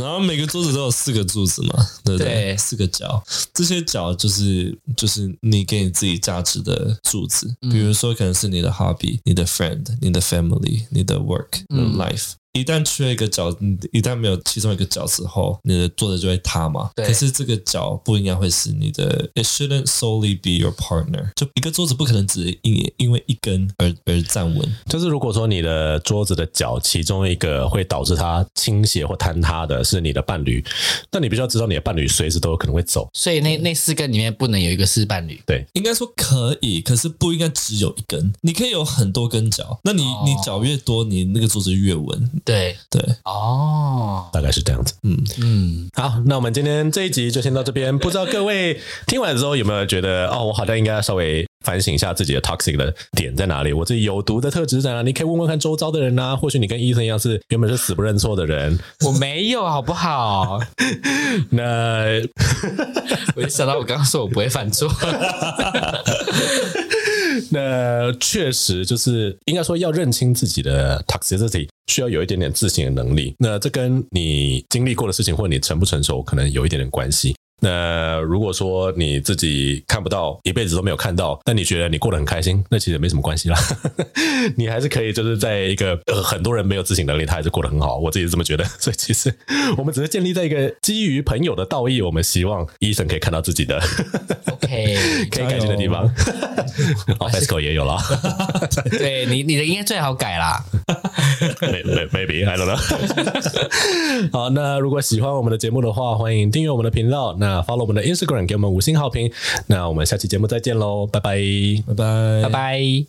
Speaker 1: 然后每个桌子都有四个柱子嘛，对不对？
Speaker 2: 对
Speaker 1: 四个角，这些角就是就是你给你自己价值的柱
Speaker 2: 嗯嗯
Speaker 1: 子，比如说可能是你的 hobby、你的 friend、你的 family、你的 work、你的 life。一旦缺一个角，你一旦没有其中一个角之后，你的做的就会塌嘛。
Speaker 2: 对
Speaker 1: 可是这个角不应该会是你的，it shouldn't solely be your partner。就一个桌子不可能只因因为一根而而站稳。
Speaker 3: 就是如果说你的桌子的角其中一个会导致它倾斜或坍塌的是你的伴侣，那你必须要知道你的伴侣随时都有可能会走。
Speaker 2: 所以那那四根里面不能有一个是伴侣。
Speaker 1: 应该说可以，可是不应该只有一根。你可以有很多根角，那你、
Speaker 2: 哦
Speaker 1: 你角越多，你那个桌子越稳。
Speaker 2: 对，
Speaker 1: 对，
Speaker 2: 哦，
Speaker 3: 大概是这样子。
Speaker 1: 嗯，
Speaker 2: 嗯，
Speaker 3: 好，那我们今天这一集就先到这边。不知道各位听完之后有没有觉得，哦，我好像应该稍微反省一下自己的 toxic 的点在哪里，我自己有毒的特质在哪里？你可以问问看周遭的人啊，或许你跟医生一样是原本是死不认错的人。
Speaker 2: 我没有，好不好？
Speaker 3: 那
Speaker 2: 我就想到我刚刚说我不会犯错，
Speaker 3: 那确实就是应该说要认清自己的 toxicity，需要有一点点自省的能力。那这跟你经历过的事情，或者你成不成熟，可能有一点点关系。那如果说你自己看不到，一辈子都没有看到，那你觉得你过得很开心，那其实也没什么关系啦。 你还是可以就是在一个呃很多人没有自省能力，他还是过得很好，我自己是这么觉得。所以其实我们只是建立在一个基于朋友的道义，我们希望医生可以看到自己的
Speaker 2: OK，
Speaker 3: 可以改进的地方。 好 f e s c o 也有了。
Speaker 2: 对你你的应该最好改啦。
Speaker 3: May- may- maybe I don't know 。 好，那如果喜欢我们的节目的话，欢迎订阅我们的频道，那 follow 我们的 Instagram，给我们五星好评。那我们下期节目再见喽，拜拜。
Speaker 1: 拜拜，
Speaker 2: 拜拜。